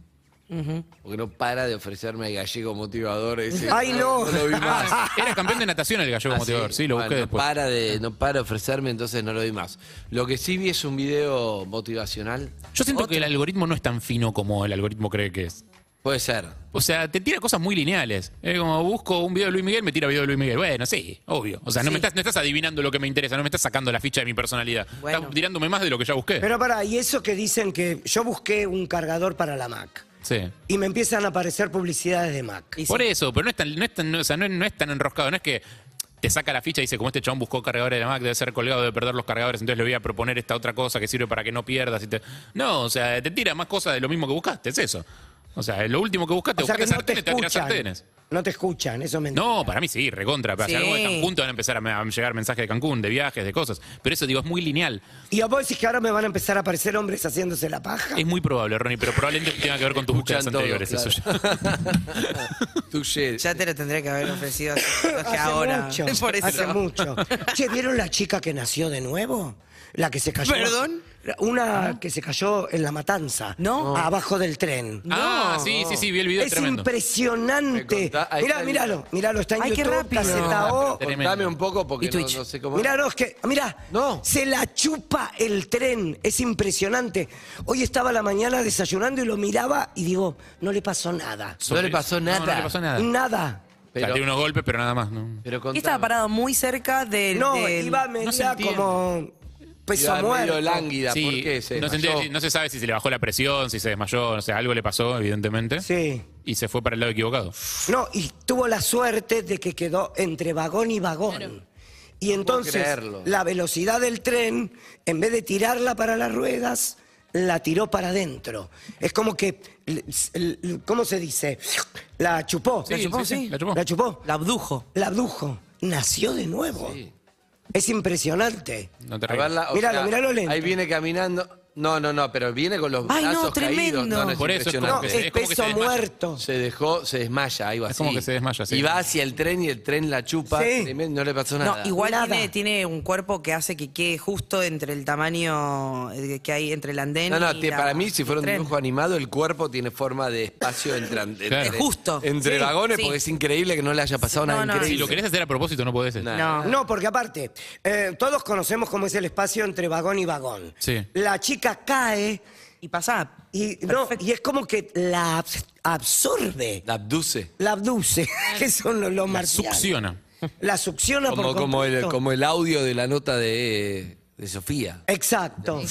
Speaker 6: Porque no para de ofrecerme el gallego motivador. Ese.
Speaker 10: Ay, no. Ah.
Speaker 6: lo vi más.
Speaker 7: Era campeón de natación el gallego
Speaker 6: Ah,
Speaker 7: motivador, sí, lo
Speaker 6: Bueno,
Speaker 7: busqué
Speaker 6: no
Speaker 7: después.
Speaker 6: Para de, no para de ofrecerme, entonces no lo vi más. Lo que sí vi es un video motivacional.
Speaker 7: Yo siento
Speaker 6: Otro-
Speaker 7: que el algoritmo no es tan fino como el algoritmo cree que es.
Speaker 6: Puede ser.
Speaker 7: O sea, te tira cosas muy lineales. Es como busco un video de Luis Miguel, me tira video de Luis Miguel. Bueno, sí, obvio. O sea, no,
Speaker 9: Sí.
Speaker 7: me estás, no estás adivinando lo que me interesa, no me estás sacando la ficha de mi personalidad.
Speaker 9: Bueno.
Speaker 7: Estás tirándome más de lo que ya busqué.
Speaker 10: Pero pará, y eso que dicen que yo busqué un cargador para la Mac
Speaker 7: sí.
Speaker 10: y me empiezan a aparecer publicidades de Mac.
Speaker 9: Y
Speaker 7: Por
Speaker 9: sí.
Speaker 7: eso, pero no es tan, no es tan- no- o sea, no es- no es tan enroscado, no es que te saca la ficha y dice, como este chabón buscó cargadores de la Mac, debe ser colgado de perder los cargadores, entonces le voy a proponer esta otra cosa que sirve para que no pierdas. y te- No, o sea, te tira más cosas de lo mismo que buscaste, es eso. O sea, lo último que buscaste,
Speaker 10: O sea que
Speaker 7: buscaste
Speaker 10: no te
Speaker 7: sartenes, te va a tirar
Speaker 10: escuchan.
Speaker 7: sartenes.
Speaker 10: No te escuchan, eso es mentira.
Speaker 7: No, para mí sí, recontra. Pero
Speaker 9: Sí.
Speaker 7: si algo de Cancún te van a empezar a, me- a llegar mensajes de Cancún, de viajes, de cosas. Pero eso, digo, es muy lineal.
Speaker 10: Y a vos decís que ahora me van a empezar a aparecer hombres haciéndose la paja.
Speaker 7: Es muy probable, Ronnie, pero probablemente tenga que ver con tus búsquedas
Speaker 6: Escuchan todo,
Speaker 7: anteriores.
Speaker 6: claro.
Speaker 7: Eso ya.
Speaker 6: Tuye.
Speaker 9: Ya te lo tendría que haber ofrecido hace, no es que
Speaker 10: Hace
Speaker 9: ahora.
Speaker 10: mucho.
Speaker 9: Por eso.
Speaker 10: Hace mucho. Che, ¿vieron la chica que nació de nuevo? La que se cayó.
Speaker 9: ¿Perdón?
Speaker 10: Una que se cayó en la matanza.
Speaker 9: No.
Speaker 10: Abajo del tren.
Speaker 7: Ah,
Speaker 9: No.
Speaker 7: sí, sí, sí, vi el video,
Speaker 10: Es
Speaker 7: tremendo.
Speaker 10: impresionante.
Speaker 6: Me contá- ahí
Speaker 10: mirá,
Speaker 6: está el-
Speaker 10: míralo, míralo, está en
Speaker 9: Ay, qué
Speaker 10: YouTube,
Speaker 9: rápido.
Speaker 10: KZO.
Speaker 7: Tremendo.
Speaker 6: Contame un poco porque
Speaker 9: Y
Speaker 6: no,
Speaker 9: Twitch.
Speaker 6: no sé cómo.
Speaker 10: Mirá, no, es que, mirá,
Speaker 6: No.
Speaker 10: se la chupa el tren, es impresionante. Hoy estaba a la mañana desayunando y lo miraba y digo, no le pasó nada.
Speaker 6: No le pasó
Speaker 7: No, no
Speaker 6: nada.
Speaker 7: le pasó nada.
Speaker 10: Nada.
Speaker 7: O sea,
Speaker 6: Pero-
Speaker 7: tiene unos golpes, pero nada más. ¿no?
Speaker 6: Pero
Speaker 9: Y
Speaker 6: contame.
Speaker 9: estaba parado muy cerca del.
Speaker 10: No,
Speaker 9: del-
Speaker 10: iba a
Speaker 7: se
Speaker 10: medida
Speaker 7: entiende.
Speaker 10: como peso
Speaker 6: Iba medio
Speaker 10: Pues muerto.
Speaker 6: lánguida,
Speaker 7: Sí,
Speaker 6: ¿por qué? Se
Speaker 7: no, se
Speaker 6: desmayó?
Speaker 7: entiende- no se sabe si se le bajó la presión, si se desmayó, o sea, algo le pasó, evidentemente.
Speaker 10: Sí.
Speaker 7: Y se fue para el lado equivocado.
Speaker 10: No, y tuvo la suerte de que quedó entre vagón y vagón. Y entonces
Speaker 6: creerlo.
Speaker 10: la velocidad del tren, en vez de tirarla para las ruedas, la tiró para adentro. Es como que, l- s- l- ¿cómo se dice? La chupó.
Speaker 7: Sí, sí, sí, la chupó.
Speaker 10: La chupó.
Speaker 9: La abdujo.
Speaker 10: La abdujo. Nació de nuevo. Es impresionante.
Speaker 7: No
Speaker 6: A
Speaker 7: te rías.
Speaker 6: verla, o
Speaker 10: Míralo,
Speaker 6: sea,
Speaker 10: míralo lento.
Speaker 6: Ahí viene caminando. No, no, no, pero viene con los
Speaker 9: Ay, no,
Speaker 6: brazos caídos.
Speaker 9: tremendo.
Speaker 6: No, no, es
Speaker 7: Por eso es como
Speaker 10: No,
Speaker 6: impresionante.
Speaker 7: que
Speaker 10: es,
Speaker 7: se- como que se
Speaker 10: peso
Speaker 7: desmaya.
Speaker 10: muerto.
Speaker 6: Se dejó, se desmaya, ahí va
Speaker 7: Es como que se desmaya, sí.
Speaker 6: Y va hacia el tren y el tren la chupa.
Speaker 10: Sí.
Speaker 6: tremendo, No le pasó nada.
Speaker 9: No, igual
Speaker 10: Nada.
Speaker 9: tiene, tiene un cuerpo que hace que quede justo entre el tamaño eh, que hay entre el andén.
Speaker 6: No, no,
Speaker 9: y
Speaker 6: te-
Speaker 9: la-
Speaker 6: para mí, si fuera un
Speaker 9: el tren.
Speaker 6: dibujo animado, el cuerpo tiene forma de espacio entre. entre-
Speaker 7: Claro.
Speaker 6: entre-
Speaker 9: Justo.
Speaker 6: Entre
Speaker 9: Sí,
Speaker 6: vagones,
Speaker 9: sí.
Speaker 6: porque es increíble que no le haya pasado
Speaker 9: No,
Speaker 6: nada
Speaker 9: no,
Speaker 6: increíble.
Speaker 7: Si lo querés hacer a propósito, no podés.
Speaker 6: Nah.
Speaker 9: No.
Speaker 10: No, porque aparte, eh, todos conocemos cómo es el espacio entre vagón y vagón.
Speaker 7: Sí.
Speaker 10: La chica cae
Speaker 9: Y pasá.
Speaker 10: y, no,
Speaker 9: Perfecto.
Speaker 10: y es como que la abs- absorbe,
Speaker 6: La Eh, abduce.
Speaker 10: la abduce, que son los, los marcianos.
Speaker 7: Succiona.
Speaker 10: La succiona
Speaker 6: Como,
Speaker 10: por
Speaker 6: como, el,
Speaker 10: completo.
Speaker 6: como el audio de la nota de, de Sofía.
Speaker 10: Exacto.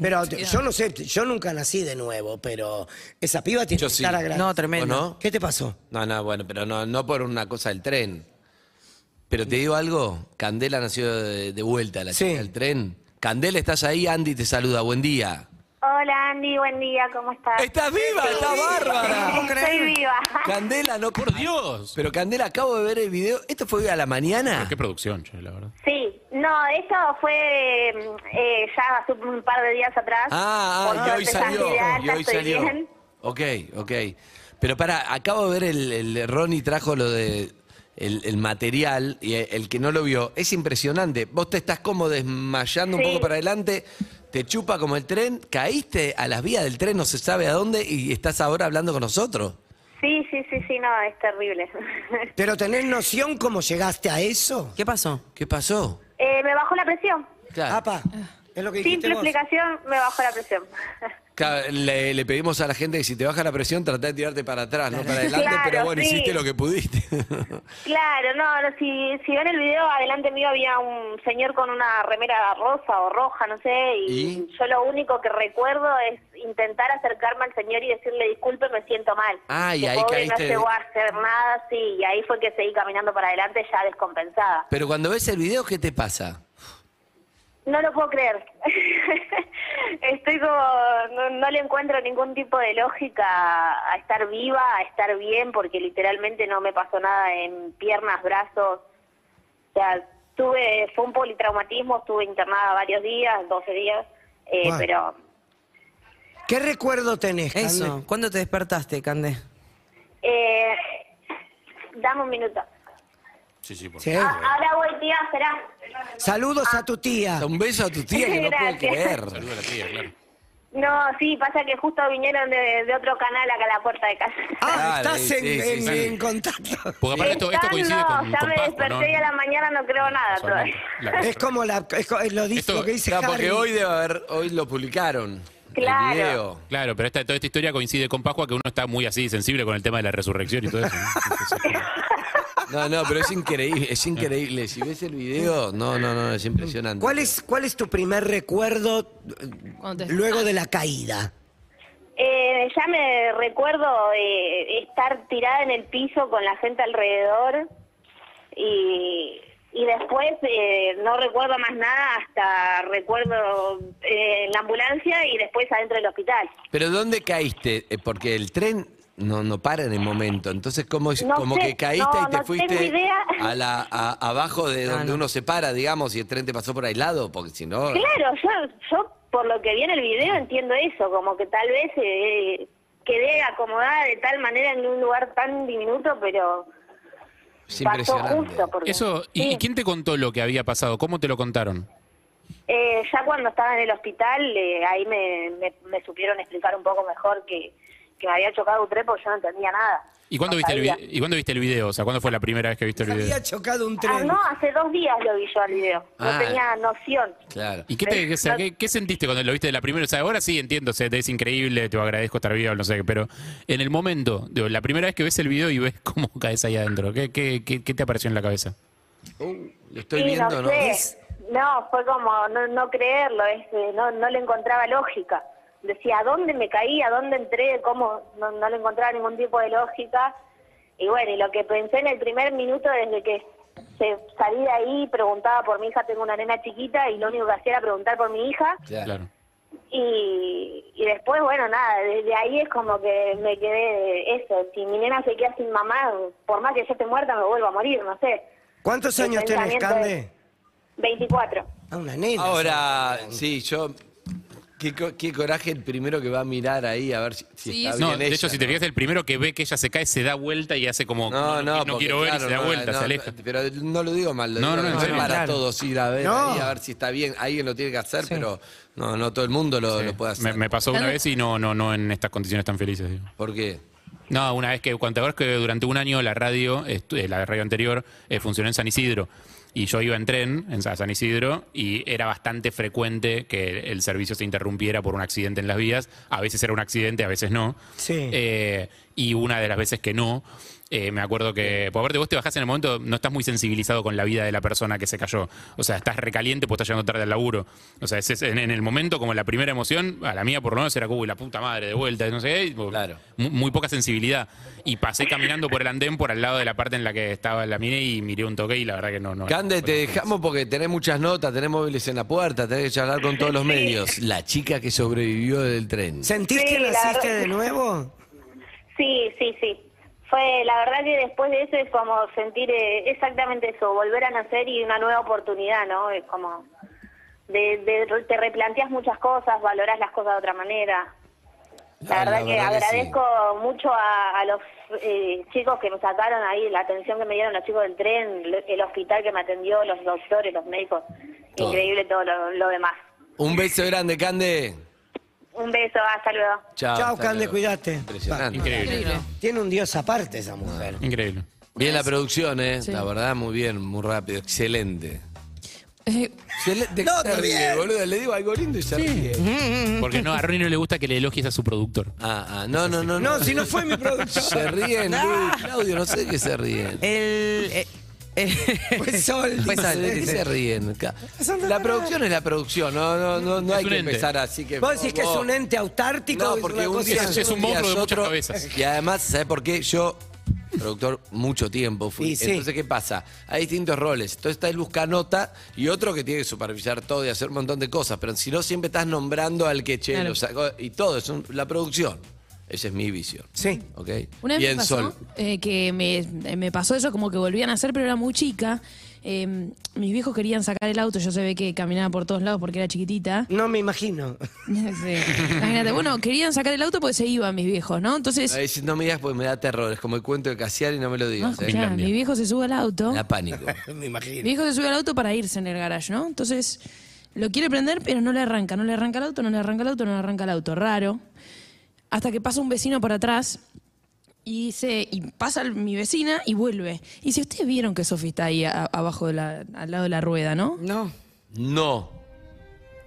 Speaker 10: Pero te- yo no sé, yo nunca nací de nuevo, pero esa piba tiene
Speaker 6: Yo
Speaker 10: que
Speaker 6: sí.
Speaker 10: estar agradecida.
Speaker 9: No, tremendo.
Speaker 6: ¿O no?
Speaker 10: ¿Qué te pasó?
Speaker 6: No, no, bueno, pero no, no por una cosa del tren. Pero te digo algo, Candela nació de, de vuelta la
Speaker 10: Sí.
Speaker 6: chica del tren. Candela, estás ahí, Andy te saluda, buen día.
Speaker 11: Hola Andy, buen día, ¿cómo estás?
Speaker 6: ¡Estás viva! ¡Estás bárbara!
Speaker 11: Estoy viva.
Speaker 6: Candela, no por Dios.
Speaker 7: Dios.
Speaker 6: Pero Candela, acabo de ver el video. ¿Esto fue a la mañana?
Speaker 7: Qué producción, che, la verdad.
Speaker 11: Sí, no, esto fue eh, ya hace un par de días atrás.
Speaker 6: Ah, ah,
Speaker 11: Por
Speaker 6: y
Speaker 11: suerte
Speaker 6: hoy
Speaker 11: ya
Speaker 6: salió.
Speaker 11: estoy de alta,
Speaker 6: Y hoy
Speaker 11: estoy
Speaker 6: salió.
Speaker 11: bien.
Speaker 6: Ok, ok. Pero para, acabo de ver el, el Ronnie trajo lo de el, el material y el, que no lo vio, es impresionante. Vos te estás como desmayando un
Speaker 11: Sí.
Speaker 6: poco para adelante, te chupa como el tren, caíste a las vías del tren, no se sabe a dónde, y estás ahora hablando con nosotros.
Speaker 11: Sí, sí, sí, sí, no, es terrible.
Speaker 10: ¿Pero tenés noción cómo llegaste a eso?
Speaker 9: ¿Qué pasó?
Speaker 6: ¿Qué pasó?
Speaker 11: Eh, me bajó la presión.
Speaker 6: Claro,
Speaker 10: Apa, es lo que dijiste
Speaker 11: Simple
Speaker 10: vos.
Speaker 11: explicación, me bajó la presión.
Speaker 6: claro, le, le pedimos a la gente que si te baja la presión, tratá de tirarte para atrás, no para adelante,
Speaker 11: Claro,
Speaker 6: pero bueno,
Speaker 11: sí.
Speaker 6: hiciste lo que pudiste.
Speaker 11: Claro, no, no, si, si ven el video, adelante mío había un señor con una remera rosa o roja, no sé, y, yo lo único que recuerdo es intentar acercarme al señor y decirle disculpe, me siento mal.
Speaker 6: Ah, y
Speaker 11: Que
Speaker 6: ahí
Speaker 11: pobre
Speaker 6: caíste de-
Speaker 11: No llegó a hacer nada, sí, y ahí fue que seguí caminando para adelante ya descompensada.
Speaker 6: pero cuando ves el video, ¿qué te pasa?
Speaker 11: No lo puedo creer. Estoy como, no, no le encuentro ningún tipo de lógica a estar viva, a estar bien, porque literalmente no me pasó nada en piernas, brazos. O sea, tuve, fue un politraumatismo, estuve internada varios días, 12 días, eh,
Speaker 10: Bueno.
Speaker 11: pero
Speaker 10: ¿Qué recuerdo tenés, Cande?
Speaker 9: Eso. ¿Cuándo te despertaste, Candé?
Speaker 11: eh, dame un minuto.
Speaker 10: Sí.
Speaker 11: Ah, ahora voy, tía, será.
Speaker 10: Saludos
Speaker 9: Ah.
Speaker 10: a tu tía.
Speaker 6: Un beso a tu tía que no puedo
Speaker 11: Gracias.
Speaker 6: creer.
Speaker 7: Saluda a la tía, claro.
Speaker 11: No, sí, pasa que justo vinieron de, de otro canal acá a la puerta de casa.
Speaker 10: Ah,
Speaker 6: Dale,
Speaker 10: estás en,
Speaker 6: sí, sí,
Speaker 10: en-
Speaker 6: sí.
Speaker 10: en contacto.
Speaker 7: Porque aparte esto, esto
Speaker 11: Están,
Speaker 7: coincide
Speaker 11: no,
Speaker 7: con,
Speaker 11: ya
Speaker 7: con
Speaker 11: me
Speaker 7: Pascua,
Speaker 11: desperté
Speaker 7: ¿no?
Speaker 11: y a la mañana no creo nada todavía.
Speaker 7: La-
Speaker 10: Es como la, es co- es lo, dice-
Speaker 7: Esto-
Speaker 10: lo que dice
Speaker 6: Claro, porque
Speaker 10: Harry.
Speaker 6: hoy debe haber, hoy lo publicaron.
Speaker 8: Claro.
Speaker 6: video.
Speaker 7: Claro, pero esta, toda esta historia coincide con Pascua, que uno está muy así, sensible con el tema de la resurrección y todo eso. ¿no?
Speaker 6: No, no, pero es increíble, es increíble. Si ves el video, no, no, no, es impresionante.
Speaker 10: ¿Cuál es, ¿Cuál es tu primer recuerdo eh,
Speaker 12: Cuando te-
Speaker 10: luego de la caída?
Speaker 8: Eh, ya me recuerdo eh, estar tirada en el piso con la gente alrededor y, y después eh, no recuerdo más nada hasta recuerdo eh, en la ambulancia y después adentro del hospital.
Speaker 6: ¿Pero dónde caíste? Eh, Porque el tren no, no para en el momento. Entonces, ¿cómo es?
Speaker 8: No
Speaker 6: como
Speaker 8: sé,
Speaker 6: que caíste
Speaker 8: no,
Speaker 6: y te
Speaker 8: no
Speaker 6: fuiste
Speaker 8: tengo idea.
Speaker 6: a la a- abajo de donde uno se para, digamos, y el tren te pasó por aislado, porque si no.
Speaker 8: Claro, yo, yo por lo que vi en el video entiendo eso, como que tal vez eh, quedé acomodada de tal manera en un lugar tan diminuto, pero
Speaker 6: Es
Speaker 8: pasó
Speaker 6: impresionante.
Speaker 8: justo. Porque,
Speaker 7: Eso, ¿y,
Speaker 8: Sí.
Speaker 7: y quién te contó lo que había pasado? ¿Cómo te lo contaron?
Speaker 8: Eh, ya cuando estaba en el hospital, eh, ahí me, me- me supieron explicar un poco mejor que, que me había chocado un tren porque yo no entendía nada.
Speaker 7: ¿Y cuándo,
Speaker 8: No
Speaker 7: viste el,
Speaker 8: sabía.
Speaker 7: vi- ¿Y cuándo viste el video? O sea, ¿cuándo fue la primera vez que viste el video?
Speaker 10: Había chocado un
Speaker 8: Ah,
Speaker 10: tren.
Speaker 8: no, hace dos días lo vi yo al video. No
Speaker 6: Ah.
Speaker 8: tenía noción.
Speaker 6: Claro.
Speaker 7: ¿Y qué, te- o sea, qué- qué sentiste cuando lo viste de la primera? O sea, ahora sí entiendo, o sea, te es increíble, te agradezco estar vivo, no sé qué, pero en el momento, digo, la primera vez que ves el video y ves cómo caes ahí adentro, ¿qué, qué, qué- qué te apareció en la cabeza?
Speaker 6: Uh, Lo estoy
Speaker 8: Sí,
Speaker 6: viendo,
Speaker 8: no
Speaker 6: ¿no?
Speaker 8: sé.
Speaker 6: Es-
Speaker 8: No, fue como no, no creerlo, es, eh, no, no le encontraba lógica. Decía, ¿a dónde me caí? ¿A dónde entré? ¿Cómo? No, no le encontraba ningún tipo de lógica. Y bueno, y lo que pensé en el primer minuto desde que se- salí de ahí, preguntaba por mi hija, tengo una nena chiquita y lo único que hacía era preguntar por mi hija.
Speaker 6: Claro.
Speaker 8: Y, y después, bueno, nada, desde ahí es como que me quedé eso. Si mi nena se queda sin mamá, por más que yo esté muerta, me vuelvo a morir, no sé.
Speaker 10: ¿Cuántos
Speaker 8: El
Speaker 10: años tenés,
Speaker 8: pensamiento
Speaker 10: Cande?
Speaker 8: 24.
Speaker 10: A una nena.
Speaker 6: Ahora, sí, yo. Qué, co- qué coraje el primero que va a mirar ahí a ver si, si
Speaker 12: Sí, sí.
Speaker 6: está bien
Speaker 7: No, de
Speaker 6: ella,
Speaker 7: hecho, si te
Speaker 6: ¿no?
Speaker 7: fijas, el primero que ve que ella se cae se da vuelta y hace como,
Speaker 6: No, no, porque,
Speaker 7: quiero ver y
Speaker 6: claro,
Speaker 7: se da
Speaker 6: no,
Speaker 7: vuelta,
Speaker 6: no,
Speaker 7: se aleja.
Speaker 6: no, pero no lo digo mal, lo
Speaker 7: No,
Speaker 6: digo
Speaker 7: no, no,
Speaker 6: mal,
Speaker 7: en serio,
Speaker 6: para
Speaker 7: claro.
Speaker 6: todos ir a ver,
Speaker 10: No.
Speaker 6: ahí, a ver si está bien. Alguien lo tiene que hacer, pero no, no todo el mundo lo, lo puede hacer.
Speaker 7: Me, me pasó una vez y no, no, no en estas condiciones tan felices. digo.
Speaker 6: ¿Por qué?
Speaker 7: No, una vez que, cuando te acuerdas que durante un año la radio, estu- eh, la radio anterior, eh, funcionó en San Isidro. Y yo iba en tren en Sa- San Isidro y era bastante frecuente que el servicio se interrumpiera por un accidente en las vías. A veces era un accidente, a veces no.
Speaker 10: Sí.
Speaker 7: Eh, y una de las veces que no, eh, me acuerdo que, por aparte vos te bajás en el momento, no estás muy sensibilizado con la vida de la persona que se cayó. O sea, estás recaliente porque estás llegando tarde al laburo. O sea, ese es- en, en el momento, como la primera emoción, a la mía por lo menos era, uy, la puta madre, de vuelta, no sé qué. y,
Speaker 6: Claro.
Speaker 7: mu- Muy, poca sensibilidad. Y pasé caminando por el andén por al lado de la parte en la que estaba la mina y miré un toque y la verdad que no. no
Speaker 6: Cande, te dejamos porque tenés muchas notas, tenés móviles en la puerta, tenés que charlar con todos los medios. La chica que sobrevivió del tren.
Speaker 10: ¿Sentís
Speaker 8: Sí,
Speaker 10: que
Speaker 8: la
Speaker 10: naciste
Speaker 8: verdad.
Speaker 10: de nuevo?
Speaker 8: Sí, sí, sí. Fue, la verdad que después de eso es como sentir eh, exactamente eso, volver a nacer y una nueva oportunidad, ¿no? Es como, de, de- te replanteas muchas cosas, valorás las cosas de otra manera. La
Speaker 6: Ah,
Speaker 8: verdad, que
Speaker 6: sí.
Speaker 8: agradezco mucho a, a los eh, chicos que me sacaron ahí, la atención que me dieron los chicos del tren, lo- el hospital que me atendió, los doctores, los médicos.
Speaker 6: Todo.
Speaker 8: Increíble todo lo, lo demás.
Speaker 6: Un beso grande, Cande.
Speaker 8: Un beso, hasta luego.
Speaker 6: Chao.
Speaker 10: Chao,
Speaker 6: hasta
Speaker 10: Cande,
Speaker 6: luego.
Speaker 10: cuídate.
Speaker 6: Impresionante.
Speaker 7: Increíble,
Speaker 10: Tiene un dios aparte esa mujer.
Speaker 7: increíble.
Speaker 6: Bien la producción, ¿eh? La verdad, muy bien, muy rápido. Excelente.
Speaker 12: Eh,
Speaker 6: Excelente.
Speaker 10: No,
Speaker 6: Se
Speaker 10: está
Speaker 6: ríe,
Speaker 10: bien.
Speaker 6: boludo. Le digo algo lindo y se ríe.
Speaker 7: Porque no, a Ronnie no le gusta que le elogies a su productor.
Speaker 6: Ah, ah, no, no, no,
Speaker 10: No, si no fue mi producción.
Speaker 6: Se ríen, Luis, Claudio, no sé de qué se ríen.
Speaker 13: El. eh, eh,
Speaker 10: Fue sol.
Speaker 6: Pues,
Speaker 10: dice.
Speaker 6: ¿De qué se ríen? Ca- La producción es la producción, no, no, no, no hay
Speaker 7: un
Speaker 6: que
Speaker 7: ente.
Speaker 6: empezar así que.
Speaker 10: Vos decís que es un ente autártico.
Speaker 6: No,
Speaker 10: es
Speaker 6: porque
Speaker 10: una
Speaker 6: un
Speaker 10: cosa-
Speaker 6: día
Speaker 7: Es un
Speaker 6: día
Speaker 7: monstruo de muchas
Speaker 6: otro.
Speaker 7: cabezas.
Speaker 6: Y además, ¿sabes por qué? Yo, productor, mucho tiempo fui.
Speaker 10: Y sí.
Speaker 6: Entonces, ¿qué pasa? Hay distintos roles. Entonces está el buscanota y otro que tiene que supervisar todo y hacer un montón de cosas. Pero si no, siempre estás nombrando al que che,
Speaker 12: Claro.
Speaker 6: lo sacó, y todo, es un- la producción. Esa es mi visión.
Speaker 10: Sí.
Speaker 6: ¿Ok?
Speaker 12: Una vez
Speaker 6: y
Speaker 12: me
Speaker 6: en
Speaker 12: pasó
Speaker 6: Sol.
Speaker 12: eh, que me, me pasó eso, como que volvían a hacer, pero era muy chica. Eh, mis viejos querían sacar el auto, yo se ve que caminaba por todos lados porque era chiquitita.
Speaker 10: No me imagino.
Speaker 12: Sí. Imagínate, bueno, querían sacar el auto porque se iban mis viejos, ¿no? Entonces,
Speaker 6: A veces no me digas porque me da terror. Es como el cuento de Casiari, no me lo
Speaker 12: no,
Speaker 6: digas. ¿eh?
Speaker 12: escuchá, Ah, mi viejo se sube al auto.
Speaker 6: Me Da pánico.
Speaker 10: Me
Speaker 12: Mi
Speaker 10: imagino.
Speaker 12: viejo se sube al auto para irse en el garage, ¿no? Entonces, lo quiere prender, pero no le arranca, no le arranca el auto, no le arranca el auto, no le arranca el auto. Raro. Hasta que pasa un vecino por atrás y dice, y pasa el- mi vecina y vuelve. Y dice, ustedes vieron que Sofi está ahí a- abajo de la, al lado de la rueda, ¿no?
Speaker 13: no.
Speaker 6: No.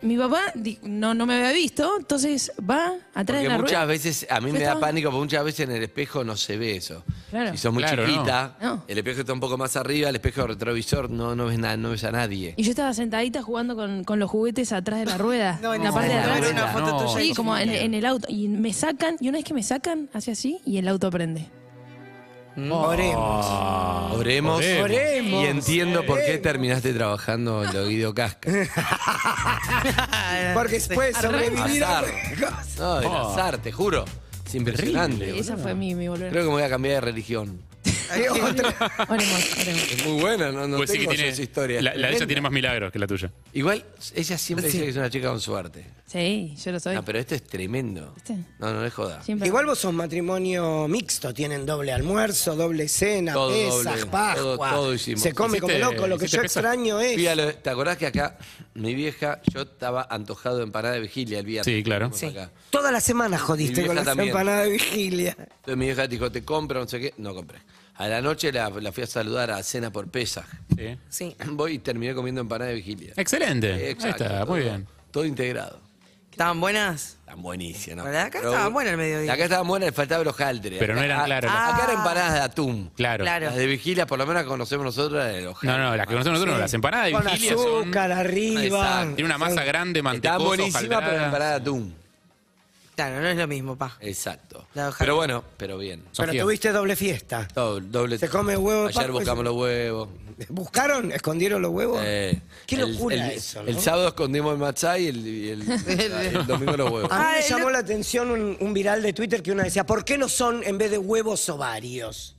Speaker 8: mi papá di- no, no me había visto, entonces va atrás de
Speaker 6: Porque
Speaker 8: la
Speaker 6: muchas
Speaker 8: rueda.
Speaker 6: veces, a mí
Speaker 8: Yo
Speaker 6: me da
Speaker 8: estaba-
Speaker 6: pánico, porque muchas veces en el espejo no se ve eso.
Speaker 8: Claro.
Speaker 6: Si sos muy
Speaker 7: Claro, no.
Speaker 6: chiquita,
Speaker 8: No.
Speaker 6: el espejo está un poco más arriba, el espejo retrovisor no, no, ves, nada, no ves a nadie.
Speaker 8: Y yo estaba sentadita jugando con, con los juguetes atrás de la rueda.
Speaker 9: No,
Speaker 8: en
Speaker 9: ni
Speaker 8: la parte de
Speaker 9: siquiera.
Speaker 8: atrás.
Speaker 9: Era una foto
Speaker 7: No.
Speaker 9: tuya
Speaker 8: Sí,
Speaker 9: con
Speaker 8: como en,
Speaker 9: Fidel.
Speaker 8: en el auto. Y me sacan, y una vez que me sacan, hace así, y el auto prende.
Speaker 10: Oremos.
Speaker 6: Oremos.
Speaker 10: Oremos.
Speaker 6: Y entiendo por qué
Speaker 10: Oremos.
Speaker 6: terminaste trabajando en lo Guido Casca.
Speaker 10: Porque después sobrevivir a
Speaker 6: Azar. No, el
Speaker 7: Oh.
Speaker 6: azar, te juro. Es impresionante. boludo.
Speaker 8: Esa fue mi, mi volver.
Speaker 6: Creo que me voy a cambiar de religión.
Speaker 8: Oremos, oremos.
Speaker 6: Es muy buena, no, no
Speaker 7: Pues sí que
Speaker 6: tengo yo
Speaker 7: tiene.
Speaker 6: esa historia.
Speaker 7: La, la de ella tiene más milagros que la tuya.
Speaker 6: Igual, ella siempre dice que es una chica con suerte.
Speaker 8: Sí, yo lo soy.
Speaker 9: Ah,
Speaker 6: No, pero esto es tremendo.
Speaker 8: ¿Viste?
Speaker 6: No, no es joda.
Speaker 8: Siempre.
Speaker 10: Igual vos sos matrimonio mixto, tienen doble almuerzo, doble cena,
Speaker 6: Todo
Speaker 10: pesas,
Speaker 6: doble, todo-
Speaker 10: pascua.
Speaker 6: todo hicimos.
Speaker 10: Se come como
Speaker 7: Hiciste-
Speaker 10: loco, lo que
Speaker 7: hiciste
Speaker 10: yo
Speaker 7: pesas.
Speaker 10: extraño eh. es.
Speaker 6: Fui a lo- ¿Te acordás que acá mi vieja, yo estaba antojado de empanada de vigilia el viernes?
Speaker 7: Sí, claro.
Speaker 6: Fuimos
Speaker 10: Sí.
Speaker 6: acá.
Speaker 10: Toda la semana
Speaker 6: Mi
Speaker 10: jodiste
Speaker 6: vieja
Speaker 10: con las
Speaker 6: también.
Speaker 10: empanadas de vigilia.
Speaker 6: Entonces mi vieja dijo, te compro, no sé qué. No compré. A la noche la, la fui a saludar a cena por pesas.
Speaker 7: Sí.
Speaker 9: Sí.
Speaker 6: Voy y terminé comiendo empanada de vigilia.
Speaker 7: Excelente.
Speaker 6: Exacto,
Speaker 7: Ahí está, muy
Speaker 6: todo-
Speaker 7: bien.
Speaker 6: Todo integrado.
Speaker 9: ¿Estaban buenas?
Speaker 6: Están buenísimas. ¿no?
Speaker 9: Pero acá
Speaker 6: Pero-
Speaker 9: estaban buenas al mediodía. Ah.
Speaker 6: Acá estaban buenas, le faltaba el hojaldre.
Speaker 7: Pero no
Speaker 6: Acá-
Speaker 7: eran
Speaker 6: a-
Speaker 7: claras las-
Speaker 6: Acá eran empanadas de atún.
Speaker 7: Claro.
Speaker 9: Claro.
Speaker 6: Las de vigilia, por lo menos conocemos nosotros las de
Speaker 7: No, no, las que conocemos nosotros, no, las empanadas de
Speaker 10: Con
Speaker 7: vigilia son.
Speaker 10: azúcar arriba.
Speaker 6: Exacto.
Speaker 7: Tiene una masa grande,
Speaker 6: Estaban
Speaker 7: mantecosa,
Speaker 6: buenísimas, pero
Speaker 7: hojaldrada.
Speaker 6: empanadas de atún.
Speaker 9: Claro, no es lo mismo, pa.
Speaker 6: Exacto.
Speaker 9: La hojaldre.
Speaker 6: Pero bueno, pero bien.
Speaker 10: Pero
Speaker 7: Sofía.
Speaker 10: tuviste doble fiesta.
Speaker 6: Doble, doble-
Speaker 10: Se come huevo,
Speaker 6: Ayer
Speaker 10: papas.
Speaker 6: buscamos los huevos.
Speaker 10: ¿Buscaron? ¿Escondieron los huevos?
Speaker 6: Eh,
Speaker 10: Qué
Speaker 6: el-
Speaker 10: locura
Speaker 6: el,
Speaker 10: eso, ¿no?
Speaker 6: El sábado escondimos el matcha y el, y el- el domingo los huevos.
Speaker 10: A mí
Speaker 9: Ah,
Speaker 10: me
Speaker 9: el
Speaker 10: llamó
Speaker 9: o-
Speaker 10: la atención un, un viral de Twitter que una decía, ¿por qué no son en vez de huevos ovarios?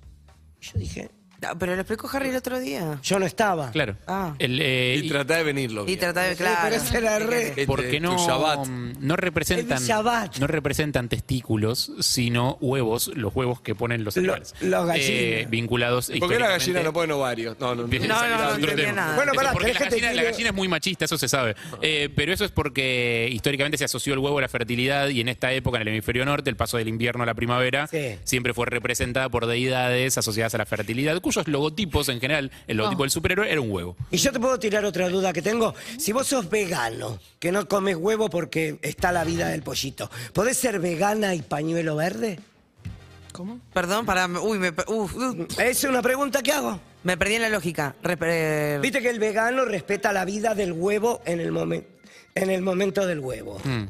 Speaker 10: Yo dije,
Speaker 9: No, Ah, pero lo explicó Harry el otro día.
Speaker 10: yo no estaba.
Speaker 7: Claro.
Speaker 9: Ah.
Speaker 7: El, eh,
Speaker 6: y
Speaker 7: y-
Speaker 6: tratá de venirlo.
Speaker 9: Y
Speaker 6: bien.
Speaker 9: tratá de,
Speaker 10: Sí,
Speaker 9: claro.
Speaker 10: pero esa era re-
Speaker 6: Este,
Speaker 7: porque no,
Speaker 6: tu Shabbat.
Speaker 7: no
Speaker 10: Es
Speaker 7: representan
Speaker 10: mi Shabbat.
Speaker 7: no representan testículos, sino huevos, los huevos que ponen los
Speaker 10: Lo-
Speaker 7: animales. Eh,
Speaker 10: los gallinas.
Speaker 7: vinculados
Speaker 6: ¿Por qué la gallina
Speaker 7: históricamente-
Speaker 6: no ponen ovarios? No, no, no.
Speaker 7: Bien,
Speaker 9: No,
Speaker 7: ese
Speaker 9: no,
Speaker 7: es
Speaker 9: no
Speaker 7: otro
Speaker 9: entendía
Speaker 7: tema.
Speaker 9: nada.
Speaker 10: Bueno,
Speaker 7: Eso
Speaker 10: pará,
Speaker 7: porque
Speaker 10: ¿querés
Speaker 7: la
Speaker 10: que te
Speaker 7: gallina, la
Speaker 10: tire-
Speaker 7: gallina es muy machista, eso se sabe.
Speaker 6: Ah.
Speaker 7: Eh, pero eso es porque históricamente se asoció el huevo a la fertilidad y en esta época, en el hemisferio norte, el paso del invierno a la primavera,
Speaker 10: Sí.
Speaker 7: siempre fue representada por deidades asociadas a la fertilidad, cuyos logotipos en general, el logotipo del superhéroe era un huevo.
Speaker 10: Y yo te puedo tirar otra duda que tengo. Si vos sos vegano, que no comes huevo porque está la vida del pollito, ¿podés ser vegana y pañuelo verde?
Speaker 8: ¿Cómo?
Speaker 9: Perdón, para. Uy, me, per- uf, uf,
Speaker 10: Esa es una pregunta que hago.
Speaker 9: me perdí en la lógica. Re- eh,
Speaker 10: Viste que el vegano respeta la vida del huevo en el, momen- en el momento del huevo.
Speaker 7: Mm.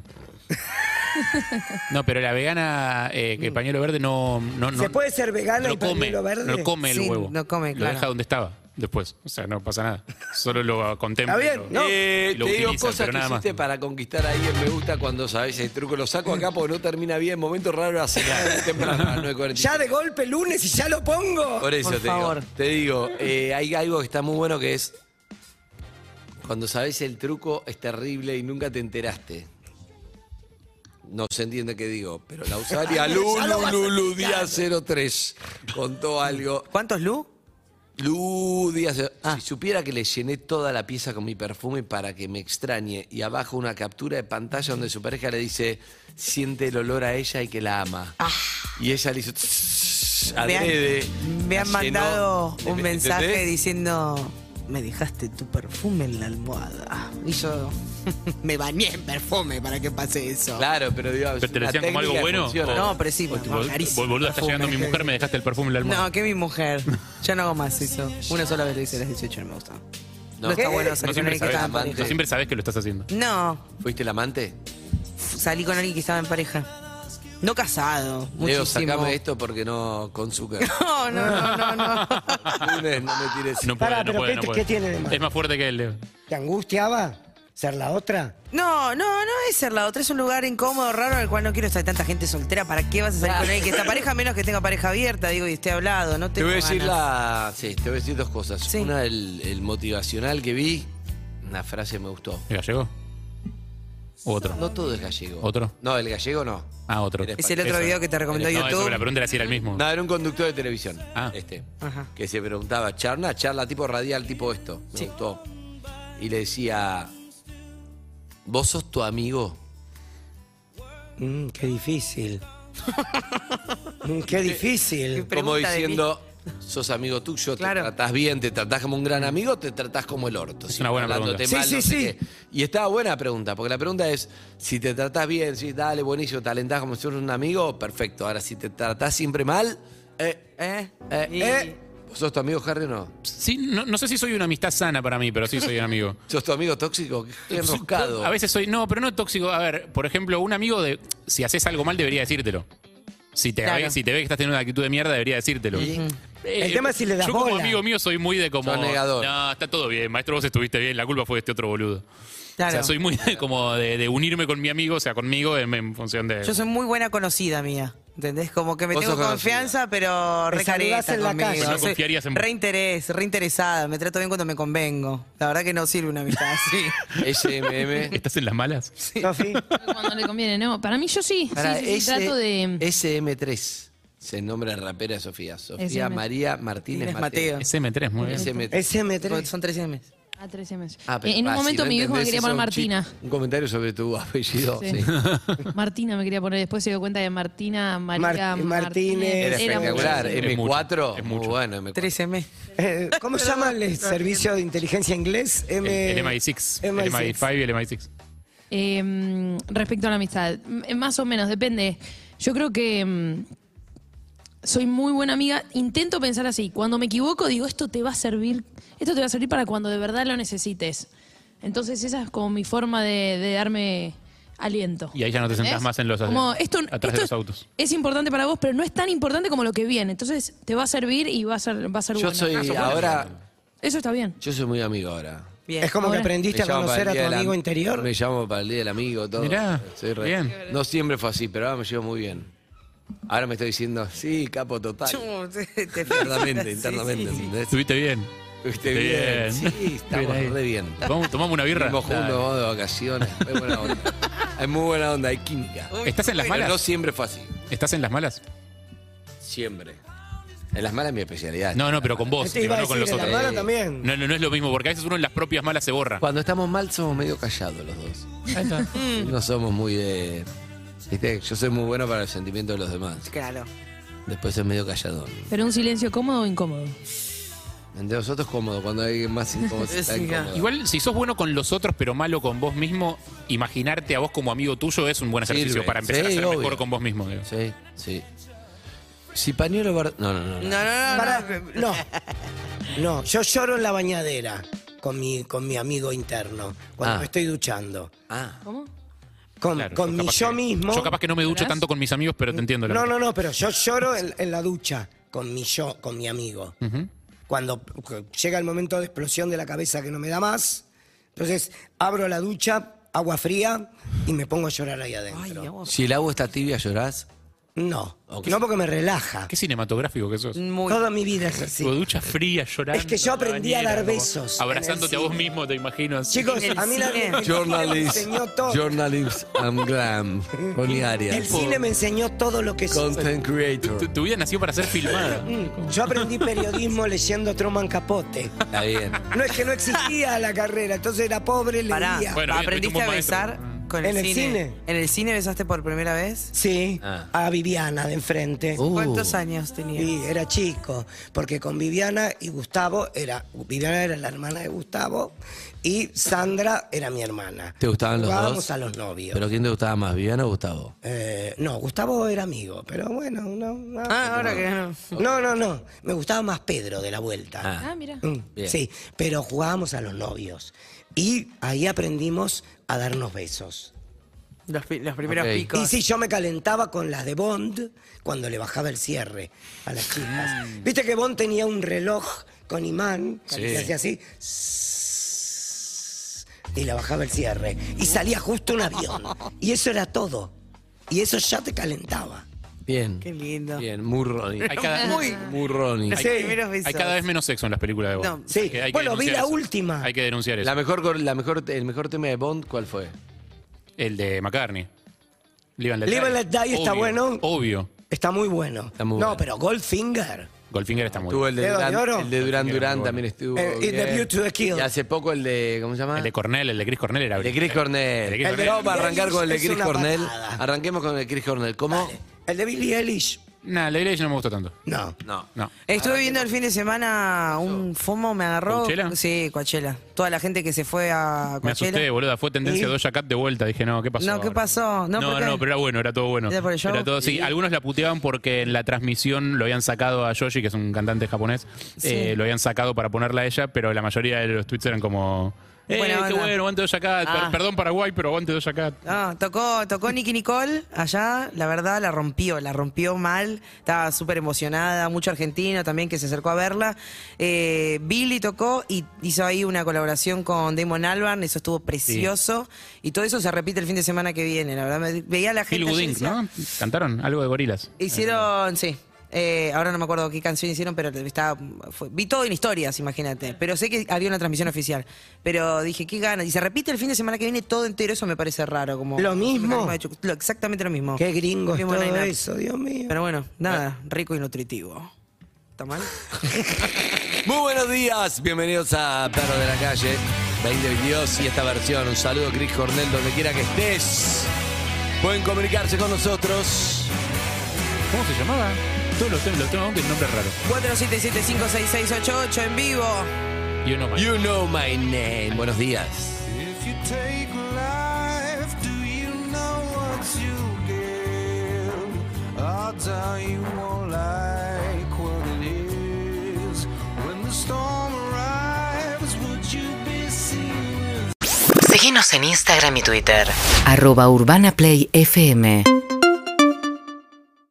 Speaker 7: No, pero la vegana, eh, que pañuelo verde no. no, no
Speaker 10: Mm. ¿Se puede ser vegana y
Speaker 7: no come,
Speaker 10: pañuelo verde?
Speaker 7: no come el
Speaker 9: Sí,
Speaker 7: huevo.
Speaker 9: no come,
Speaker 7: Lo
Speaker 9: claro.
Speaker 7: deja donde estaba después. O sea, no pasa nada. Solo lo contempla.
Speaker 10: Está bien,
Speaker 7: y lo-
Speaker 10: no.
Speaker 6: Eh,
Speaker 7: y lo
Speaker 6: te digo
Speaker 7: utilizan,
Speaker 6: cosas
Speaker 7: pero
Speaker 6: que
Speaker 7: nada más.
Speaker 6: hiciste para conquistar a alguien. Me gusta cuando sabes el truco. Lo saco acá porque no termina bien. Momento raro a cenar. Temprano, a las 9:45.
Speaker 10: Ya de golpe lunes y ya lo pongo.
Speaker 6: Por eso
Speaker 9: Por
Speaker 6: te
Speaker 9: favor.
Speaker 6: digo. Te digo, eh, hay algo que está muy bueno que es. Cuando sabes el truco es terrible y nunca te enteraste. No se entiende qué digo, pero la usaría
Speaker 10: Ya lo vas a
Speaker 6: Lulu día 03 contó algo.
Speaker 9: ¿Cuántos Lu?
Speaker 6: Lu Díaz,
Speaker 9: Ah.
Speaker 6: si supiera que le llené toda la pieza con mi perfume para que me extrañe y abajo una captura de pantalla donde su pareja le dice siente el olor a ella y que la ama. Y ella le hizo tss,
Speaker 9: Ah. Me han-
Speaker 6: adrede,
Speaker 9: Me
Speaker 6: la
Speaker 9: han
Speaker 6: llenó.
Speaker 9: mandado
Speaker 6: ¿Entendés?
Speaker 9: un mensaje diciendo. Me dejaste tu perfume en la almohada. Y yo me bañé en perfume para que pase eso.
Speaker 6: Claro, pero digo, es
Speaker 7: ¿Pero te lo
Speaker 6: una
Speaker 7: decían como algo
Speaker 6: técnica que
Speaker 7: bueno?
Speaker 6: funciona.
Speaker 7: o-
Speaker 9: No, pero sí,
Speaker 7: o-
Speaker 9: no,
Speaker 7: bol-
Speaker 9: carísimo,
Speaker 7: Boluda, está
Speaker 9: perfume.
Speaker 7: llegando mi mujer, me dejaste el perfume en la almohada.
Speaker 9: No, que mi mujer. Yo no hago más eso. Una sola vez lo hice a las 18 y no me gusta. No,
Speaker 6: No.
Speaker 9: está
Speaker 6: ¿Qué?
Speaker 9: bueno
Speaker 7: No
Speaker 9: salir con
Speaker 7: siempre,
Speaker 9: alguien que
Speaker 7: sabes,
Speaker 9: estaba en
Speaker 6: amante.
Speaker 9: pareja.
Speaker 7: no siempre sabes que lo estás haciendo.
Speaker 9: No,
Speaker 6: ¿Fuiste el amante?
Speaker 9: f- salí con alguien que estaba en pareja. No casado.
Speaker 6: Leo,
Speaker 9: muchísimo.
Speaker 6: sacame esto porque no con su
Speaker 9: Oh, No, no, no, no, no.
Speaker 6: Lunes, no me tires.
Speaker 7: No puede,
Speaker 10: Pará,
Speaker 7: no
Speaker 10: pero
Speaker 7: puede,
Speaker 10: ¿qué
Speaker 7: no
Speaker 10: te-
Speaker 7: puede.
Speaker 10: qué tiene de malo?
Speaker 7: Es más fuerte que él, Leo.
Speaker 10: ¿Te angustiaba ser la otra?
Speaker 9: No, no, no es ser la otra. Es un lugar incómodo, raro, en el cual no quiero estar tanta gente soltera. ¿Para qué vas a salir con alguien que está pareja? Menos que tenga pareja abierta, digo, y esté hablado. No
Speaker 6: Te voy a decir
Speaker 9: ganas.
Speaker 6: la. Sí, te voy a decir dos cosas.
Speaker 9: Sí.
Speaker 6: Una, el, el motivacional que vi, una frase me gustó.
Speaker 7: ¿El gallego? ¿O otro?
Speaker 6: No todo es gallego.
Speaker 7: ¿Otro.
Speaker 6: No, el gallego no.
Speaker 7: Ah, otro.
Speaker 6: Eres
Speaker 9: Es el otro
Speaker 6: Eso.
Speaker 9: video que te recomendó
Speaker 7: No, eso,
Speaker 9: YouTube.
Speaker 7: pero la pregunta era si era el mismo.
Speaker 6: No, era un conductor de televisión.
Speaker 7: Ah.
Speaker 6: Este.
Speaker 9: Ajá.
Speaker 6: Que se preguntaba, charla, charla tipo radial, tipo esto. Me gustó. Y le decía, ¿vos sos tu amigo?
Speaker 10: Mm, qué difícil. Mm, qué difícil.
Speaker 9: Pregunta
Speaker 6: Como
Speaker 9: de
Speaker 6: diciendo, sos amigo tuyo, te tratás bien, te tratás como un gran amigo, te tratás como el orto. Es
Speaker 7: una buena
Speaker 10: pregunta. Sí, sí, sí.
Speaker 6: Y está buena pregunta, porque la pregunta es, si te tratás bien, sí, dale, buenísimo, te alentás como si fueras un amigo, perfecto. Ahora, si te tratás siempre mal, eh,
Speaker 9: ¿Eh?
Speaker 6: eh,
Speaker 9: Y-
Speaker 6: eh. ¿Vos sos tu amigo, Harry, o no?
Speaker 7: Sí, no, no sé si soy una amistad sana para mí, pero sí soy un amigo.
Speaker 6: ¿Sos tu amigo tóxico? Qué enroscado.
Speaker 7: A veces soy. No, pero no tóxico. A ver, por ejemplo, un amigo de. Si haces algo mal, debería decírtelo. Si te,
Speaker 9: Claro.
Speaker 7: ve, si te ve que estás teniendo una actitud de mierda, debería decírtelo. Eh,
Speaker 10: El tema es si le das
Speaker 7: Yo, como
Speaker 10: bola.
Speaker 7: amigo mío, soy muy de como.
Speaker 6: Sos negador.
Speaker 7: No, está todo bien, maestro, vos estuviste bien, la culpa fue de este otro boludo.
Speaker 9: Claro.
Speaker 7: O sea, soy muy de, como de, de unirme con mi amigo, o sea, conmigo en, en función de.
Speaker 9: Yo soy muy buena conocida mía. ¿Entendés? Como que me
Speaker 6: Vos
Speaker 9: tengo
Speaker 6: sos
Speaker 9: confianza, pero
Speaker 10: Me
Speaker 9: re
Speaker 10: saludás
Speaker 9: careta
Speaker 10: en la
Speaker 9: conmigo.
Speaker 10: calle.
Speaker 7: Pero no
Speaker 9: Soy
Speaker 7: confiarías en vos.
Speaker 9: Reinterés, reinteresada. Me trato bien cuando me convengo. La verdad que no sirve una amistad así.
Speaker 6: SMM.
Speaker 7: ¿Estás en las malas?
Speaker 10: Sofi,
Speaker 8: Cuando le conviene, no. Para mí yo sí.
Speaker 6: Pará,
Speaker 8: sí, sí, sí,
Speaker 6: S-
Speaker 8: trato de...
Speaker 6: SM3. Se nombra rapera de Sofía. Sofía
Speaker 8: SM.
Speaker 6: María Martínez
Speaker 9: Tienes
Speaker 6: Mateo.
Speaker 9: Mateo.
Speaker 7: SM3, muy bien.
Speaker 6: SM3.
Speaker 10: SM3.
Speaker 9: Son tres meses.
Speaker 8: Ah, 13 meses.
Speaker 6: Ah, pero,
Speaker 8: Eh, en
Speaker 6: ah,
Speaker 8: un
Speaker 6: si
Speaker 8: momento
Speaker 6: no
Speaker 8: mi viejo me
Speaker 6: entendés,
Speaker 8: quería poner
Speaker 6: eso es un chi-
Speaker 8: Martina.
Speaker 6: Un comentario sobre tu apellido.
Speaker 8: Sí.
Speaker 6: sí.
Speaker 8: Martina me quería poner. Después se dio cuenta de Martina, María
Speaker 10: Martínez.
Speaker 8: Martínez.
Speaker 6: Era
Speaker 10: Era
Speaker 8: mucho.
Speaker 6: espectacular.
Speaker 7: mucho.
Speaker 6: M4.
Speaker 7: Es
Speaker 6: Muy
Speaker 7: mucho.
Speaker 6: bueno. M4.
Speaker 9: Tres meses.
Speaker 10: Eh, ¿Cómo se llama el servicio de inteligencia inglés?
Speaker 7: El, el MI6, el MI5 y el MI6.
Speaker 8: Eh, respecto a la amistad, m- más o menos, depende. Yo creo que mm, soy muy buena amiga. Intento pensar así. Cuando me equivoco, digo, esto te va a servir, esto te va a servir para cuando de verdad lo necesites. Entonces, esa es como mi forma de, de darme aliento.
Speaker 7: Y ahí ya no te
Speaker 8: ¿Entendés?
Speaker 7: sentás más en los-
Speaker 8: Como, esto,
Speaker 7: atrás
Speaker 8: esto
Speaker 7: de los
Speaker 8: es-
Speaker 7: autos.
Speaker 8: Es importante para vos, pero no es tan importante como lo que viene. Entonces, te va a servir y va a ser, va a ser
Speaker 6: Yo
Speaker 8: bueno.
Speaker 6: soy ahora.
Speaker 8: Eso está bien.
Speaker 6: Yo soy muy amigo ahora.
Speaker 9: Bien.
Speaker 10: Es como
Speaker 8: Ahora-
Speaker 10: que aprendiste a
Speaker 6: Me llamo para
Speaker 10: conocer
Speaker 6: el
Speaker 10: a tu
Speaker 6: Día del
Speaker 10: amigo
Speaker 6: Am-
Speaker 10: interior.
Speaker 6: Me llamo para el día del amigo, todo.
Speaker 7: Mirá,
Speaker 6: Soy re-
Speaker 7: bien.
Speaker 6: No siempre fue así, pero ahora me llevo muy bien. Ahora me estoy diciendo, sí, capo total.
Speaker 9: Chum, te- te-
Speaker 6: internamente,
Speaker 9: Sí,
Speaker 6: internamente.
Speaker 9: sí, sí.
Speaker 6: ¿entendés?
Speaker 7: Estuviste bien.
Speaker 6: Estuviste
Speaker 7: Bien.
Speaker 6: Este, bien. Sí, estamos
Speaker 7: Bien ahí.
Speaker 6: re bien.
Speaker 7: Tomamos, tomamos una birra.
Speaker 6: Vivimos juntos,
Speaker 7: Dale.
Speaker 6: vamos de vacaciones. Es buena onda. Hay muy buena onda, hay química.
Speaker 7: ¿Estás en las
Speaker 6: Pero no
Speaker 7: malas?
Speaker 6: siempre fue así.
Speaker 7: ¿Estás en las malas?
Speaker 6: Siempre. En las malas es mi especialidad.
Speaker 7: No, no, pero con vos,
Speaker 10: Ah, Te
Speaker 7: digo,
Speaker 10: iba a
Speaker 7: no con los
Speaker 10: decir, en
Speaker 7: otros.
Speaker 10: la mano también.
Speaker 7: No, no, no es lo mismo, porque a veces uno en las propias malas se borra.
Speaker 6: Cuando estamos mal somos medio callados los dos. No somos muy de... ¿Viste? Yo soy muy bueno para el sentimiento de los demás.
Speaker 9: Claro.
Speaker 6: Después es medio calladón.
Speaker 8: Pero un silencio cómodo o incómodo.
Speaker 6: Entre nosotros cómodo, cuando hay alguien más incómodo está
Speaker 9: Sí,
Speaker 6: incómodo.
Speaker 7: Igual, si sos bueno con los otros, pero malo con vos mismo, imaginarte a vos como amigo tuyo es un buen ejercicio
Speaker 6: Sirve.
Speaker 7: para empezar a
Speaker 6: Sí,
Speaker 7: ser
Speaker 6: obvio.
Speaker 7: mejor con vos mismo. digo.
Speaker 6: Sí, sí. Si pañuelo... bar- No, no, no. Ah.
Speaker 9: No, no,
Speaker 6: no.
Speaker 9: no.
Speaker 10: Pará,
Speaker 9: no.
Speaker 10: no, no, yo lloro en la bañadera con mi, con mi amigo interno cuando
Speaker 6: Ah.
Speaker 10: me estoy duchando.
Speaker 6: Ah.
Speaker 8: ¿Cómo?
Speaker 10: Con,
Speaker 7: Claro,
Speaker 10: con mi
Speaker 7: capaz
Speaker 10: yo
Speaker 7: que-
Speaker 10: mismo.
Speaker 7: Yo capaz que no me ducho
Speaker 8: ¿Llorás?
Speaker 7: tanto con mis amigos, pero te entiendo. la
Speaker 10: no,
Speaker 7: verdad.
Speaker 10: no, no, pero yo lloro en, en la ducha con mi yo, con mi amigo. Cuando cu- llega el momento de explosión de la cabeza que no me da más, entonces abro la ducha, agua fría y me pongo a llorar ahí adentro.
Speaker 9: Ay, vos-
Speaker 6: Si el agua está tibia, llorás.
Speaker 10: no,
Speaker 6: Ok.
Speaker 10: no porque me relaja.
Speaker 7: Qué cinematográfico que sos.
Speaker 9: Muy.
Speaker 10: Toda mi vida es así.
Speaker 7: Digo,
Speaker 6: Pues,
Speaker 7: Ducha fría, llorando.
Speaker 10: Es que yo
Speaker 7: en la
Speaker 10: aprendí a
Speaker 7: bañera,
Speaker 10: dar
Speaker 7: como
Speaker 10: besos en el
Speaker 7: Abrazándote a vos mismo, te imagino. así.
Speaker 10: Chicos,
Speaker 9: En el
Speaker 10: a mí la
Speaker 9: cine.
Speaker 10: el cine me
Speaker 6: Journalist,
Speaker 10: enseñó todo.
Speaker 6: journalist and glam. Bonnie
Speaker 10: El
Speaker 6: Arias.
Speaker 10: cine me enseñó todo lo que soy.
Speaker 6: Content creator.
Speaker 7: Tu, tu vida nació para ser filmada.
Speaker 10: Yo aprendí periodismo leyendo Truman Capote.
Speaker 6: Está bien.
Speaker 10: No es que no existía la carrera, entonces era pobre,
Speaker 9: Pará.
Speaker 10: leía.
Speaker 7: Bueno, bien,
Speaker 9: ¿Aprendiste
Speaker 7: fuiste
Speaker 9: a
Speaker 7: un maestro.
Speaker 9: besar con el
Speaker 10: ¿En el
Speaker 9: cine?
Speaker 10: cine?
Speaker 9: ¿En el cine besaste por primera vez?
Speaker 10: Sí,
Speaker 6: Ah.
Speaker 10: a Viviana de enfrente.
Speaker 6: Uh.
Speaker 9: ¿Cuántos años tenías?
Speaker 10: Y era chico, porque con Viviana y Gustavo era. Viviana era la hermana de Gustavo y Sandra era mi hermana.
Speaker 6: ¿Te gustaban los
Speaker 10: Jugábamos
Speaker 6: dos?
Speaker 10: a los novios.
Speaker 6: ¿Pero quién te gustaba más, Viviana o Gustavo?
Speaker 10: Eh, no, Gustavo era amigo, pero bueno, no. no
Speaker 9: Ah, ahora que no.
Speaker 10: No, no, no. Me gustaba más Pedro de la vuelta.
Speaker 8: Ah, mira.
Speaker 10: Mm,
Speaker 6: Bien.
Speaker 10: Sí, pero jugábamos a los novios. Y ahí aprendimos a darnos besos.
Speaker 9: Los, pi- los primeros
Speaker 6: Ok.
Speaker 9: picos.
Speaker 10: Y sí, yo me calentaba con las de Bond cuando le bajaba el cierre a las chicas. Viste que Bond tenía un reloj con imán, que le hacía así. sss, Y le bajaba el cierre. Y salía justo un avión. Y eso era todo. Y eso ya te calentaba.
Speaker 6: Bien.
Speaker 9: Qué lindo.
Speaker 6: Bien, muy Ronnie.
Speaker 7: Hay cada,
Speaker 6: Muy Ronnie.
Speaker 9: Los primeros besos.
Speaker 7: hay cada vez menos sexo en las películas de vos.
Speaker 9: No.
Speaker 10: Sí.
Speaker 7: Hay que- hay que
Speaker 10: bueno, vi
Speaker 7: denunciar
Speaker 10: la
Speaker 7: eso.
Speaker 10: última.
Speaker 7: Hay que denunciar eso.
Speaker 6: La mejor, cor- la mejor, el mejor tema de Bond, ¿cuál fue?
Speaker 7: El de McCartney. Live and Let
Speaker 10: Live and Let Die está
Speaker 7: Obvio,
Speaker 10: bueno.
Speaker 7: Obvio.
Speaker 10: Está muy bueno.
Speaker 6: Está muy
Speaker 10: no,
Speaker 6: bueno.
Speaker 10: pero Goldfinger.
Speaker 7: Goldfinger está muy
Speaker 6: Estuvo el
Speaker 7: bueno.
Speaker 6: de
Speaker 10: ¿Dedo de
Speaker 6: Durán,
Speaker 10: oro?
Speaker 6: el de Durán Durán
Speaker 7: Bueno.
Speaker 6: también estuvo.
Speaker 10: Eh, y The
Speaker 6: bien.
Speaker 10: View to the Kill.
Speaker 6: Y hace poco el de, ¿cómo se llama?
Speaker 7: El de Cornell, el de Chris Cornell era
Speaker 6: El de
Speaker 7: brillante.
Speaker 6: Chris Cornell.
Speaker 7: El de Chris
Speaker 10: El de
Speaker 7: Cornell.
Speaker 6: Vamos a arrancar con el de
Speaker 10: Es
Speaker 6: Chris
Speaker 10: una
Speaker 6: Cornell.
Speaker 10: patada.
Speaker 6: Arranquemos con el de Chris Cornell. ¿Cómo?
Speaker 10: El de Billie Eilish.
Speaker 7: Nah, la Village no me gusta tanto.
Speaker 4: No.
Speaker 14: No.
Speaker 7: No.
Speaker 8: Estuve viendo el fin de semana un FOMO, me agarró.
Speaker 7: ¿Coachella?
Speaker 8: Sí, Coachella. Toda la gente que se fue a
Speaker 7: Me
Speaker 8: Coachella.
Speaker 7: asusté, boluda. Fue tendencia
Speaker 8: ¿Y?
Speaker 7: Doja Cat de vuelta. Dije, no, ¿qué pasó?
Speaker 8: No, ¿qué
Speaker 7: ahora?
Speaker 8: pasó? No,
Speaker 7: No, no,
Speaker 8: ¿por qué?
Speaker 7: pero era bueno, era todo bueno.
Speaker 8: ¿Era por el show?
Speaker 7: Era todo, sí.
Speaker 8: Sí.
Speaker 7: Algunos la puteaban porque en la transmisión lo habían sacado a Yoshi, que es un cantante japonés, eh, lo habían sacado para ponerla a ella, pero la mayoría de los tweets eran como. ¡Eh,
Speaker 8: Buena
Speaker 7: qué
Speaker 8: onda.
Speaker 7: bueno, aguante Doja Cat! Per-
Speaker 8: Ah.
Speaker 7: Perdón, Paraguay, pero aguante Doja Cat.
Speaker 8: Ah, tocó, tocó Nicky Nicole allá, la verdad la rompió, la rompió mal, estaba súper emocionada, mucho argentino también que se acercó a verla. Eh, Billy tocó y hizo ahí una colaboración con Damon Albarn, eso estuvo precioso. Y todo eso se repite el fin de semana que viene, la verdad. me- veía a la
Speaker 7: Phil
Speaker 8: gente. allí,
Speaker 7: Woodink,
Speaker 8: decía,
Speaker 7: ¿no? Cantaron algo de gorilas.
Speaker 8: Hicieron, sí. Eh, ahora no me acuerdo qué canción hicieron, pero estaba, fue- vi todo en historias, imagínate. Pero sé que había una transmisión oficial. Pero dije, qué ganas. Y se repite el fin de semana que viene todo entero, eso me parece raro. Como,
Speaker 4: ¿Lo mismo?
Speaker 8: Lo hecho- lo- exactamente lo mismo.
Speaker 4: Qué gringo es
Speaker 8: Mismo
Speaker 4: todo
Speaker 8: line-up.
Speaker 4: eso, Dios mío.
Speaker 8: Pero bueno, nada, rico y nutritivo. ¿Está mal?
Speaker 14: Muy buenos días, bienvenidos a Perro de la Calle 2022 y esta versión. Un saludo, Cris Cornel, donde quiera que estés. Pueden comunicarse con nosotros.
Speaker 7: ¿Cómo se llamaba? Todos los temas, los temas de nombre raro.
Speaker 8: 47756688 en vivo.
Speaker 7: Y uno más.
Speaker 14: You know my name. Buenos días.
Speaker 6: Seguinos en Instagram y Twitter.
Speaker 2: arroba urbanaplayfm.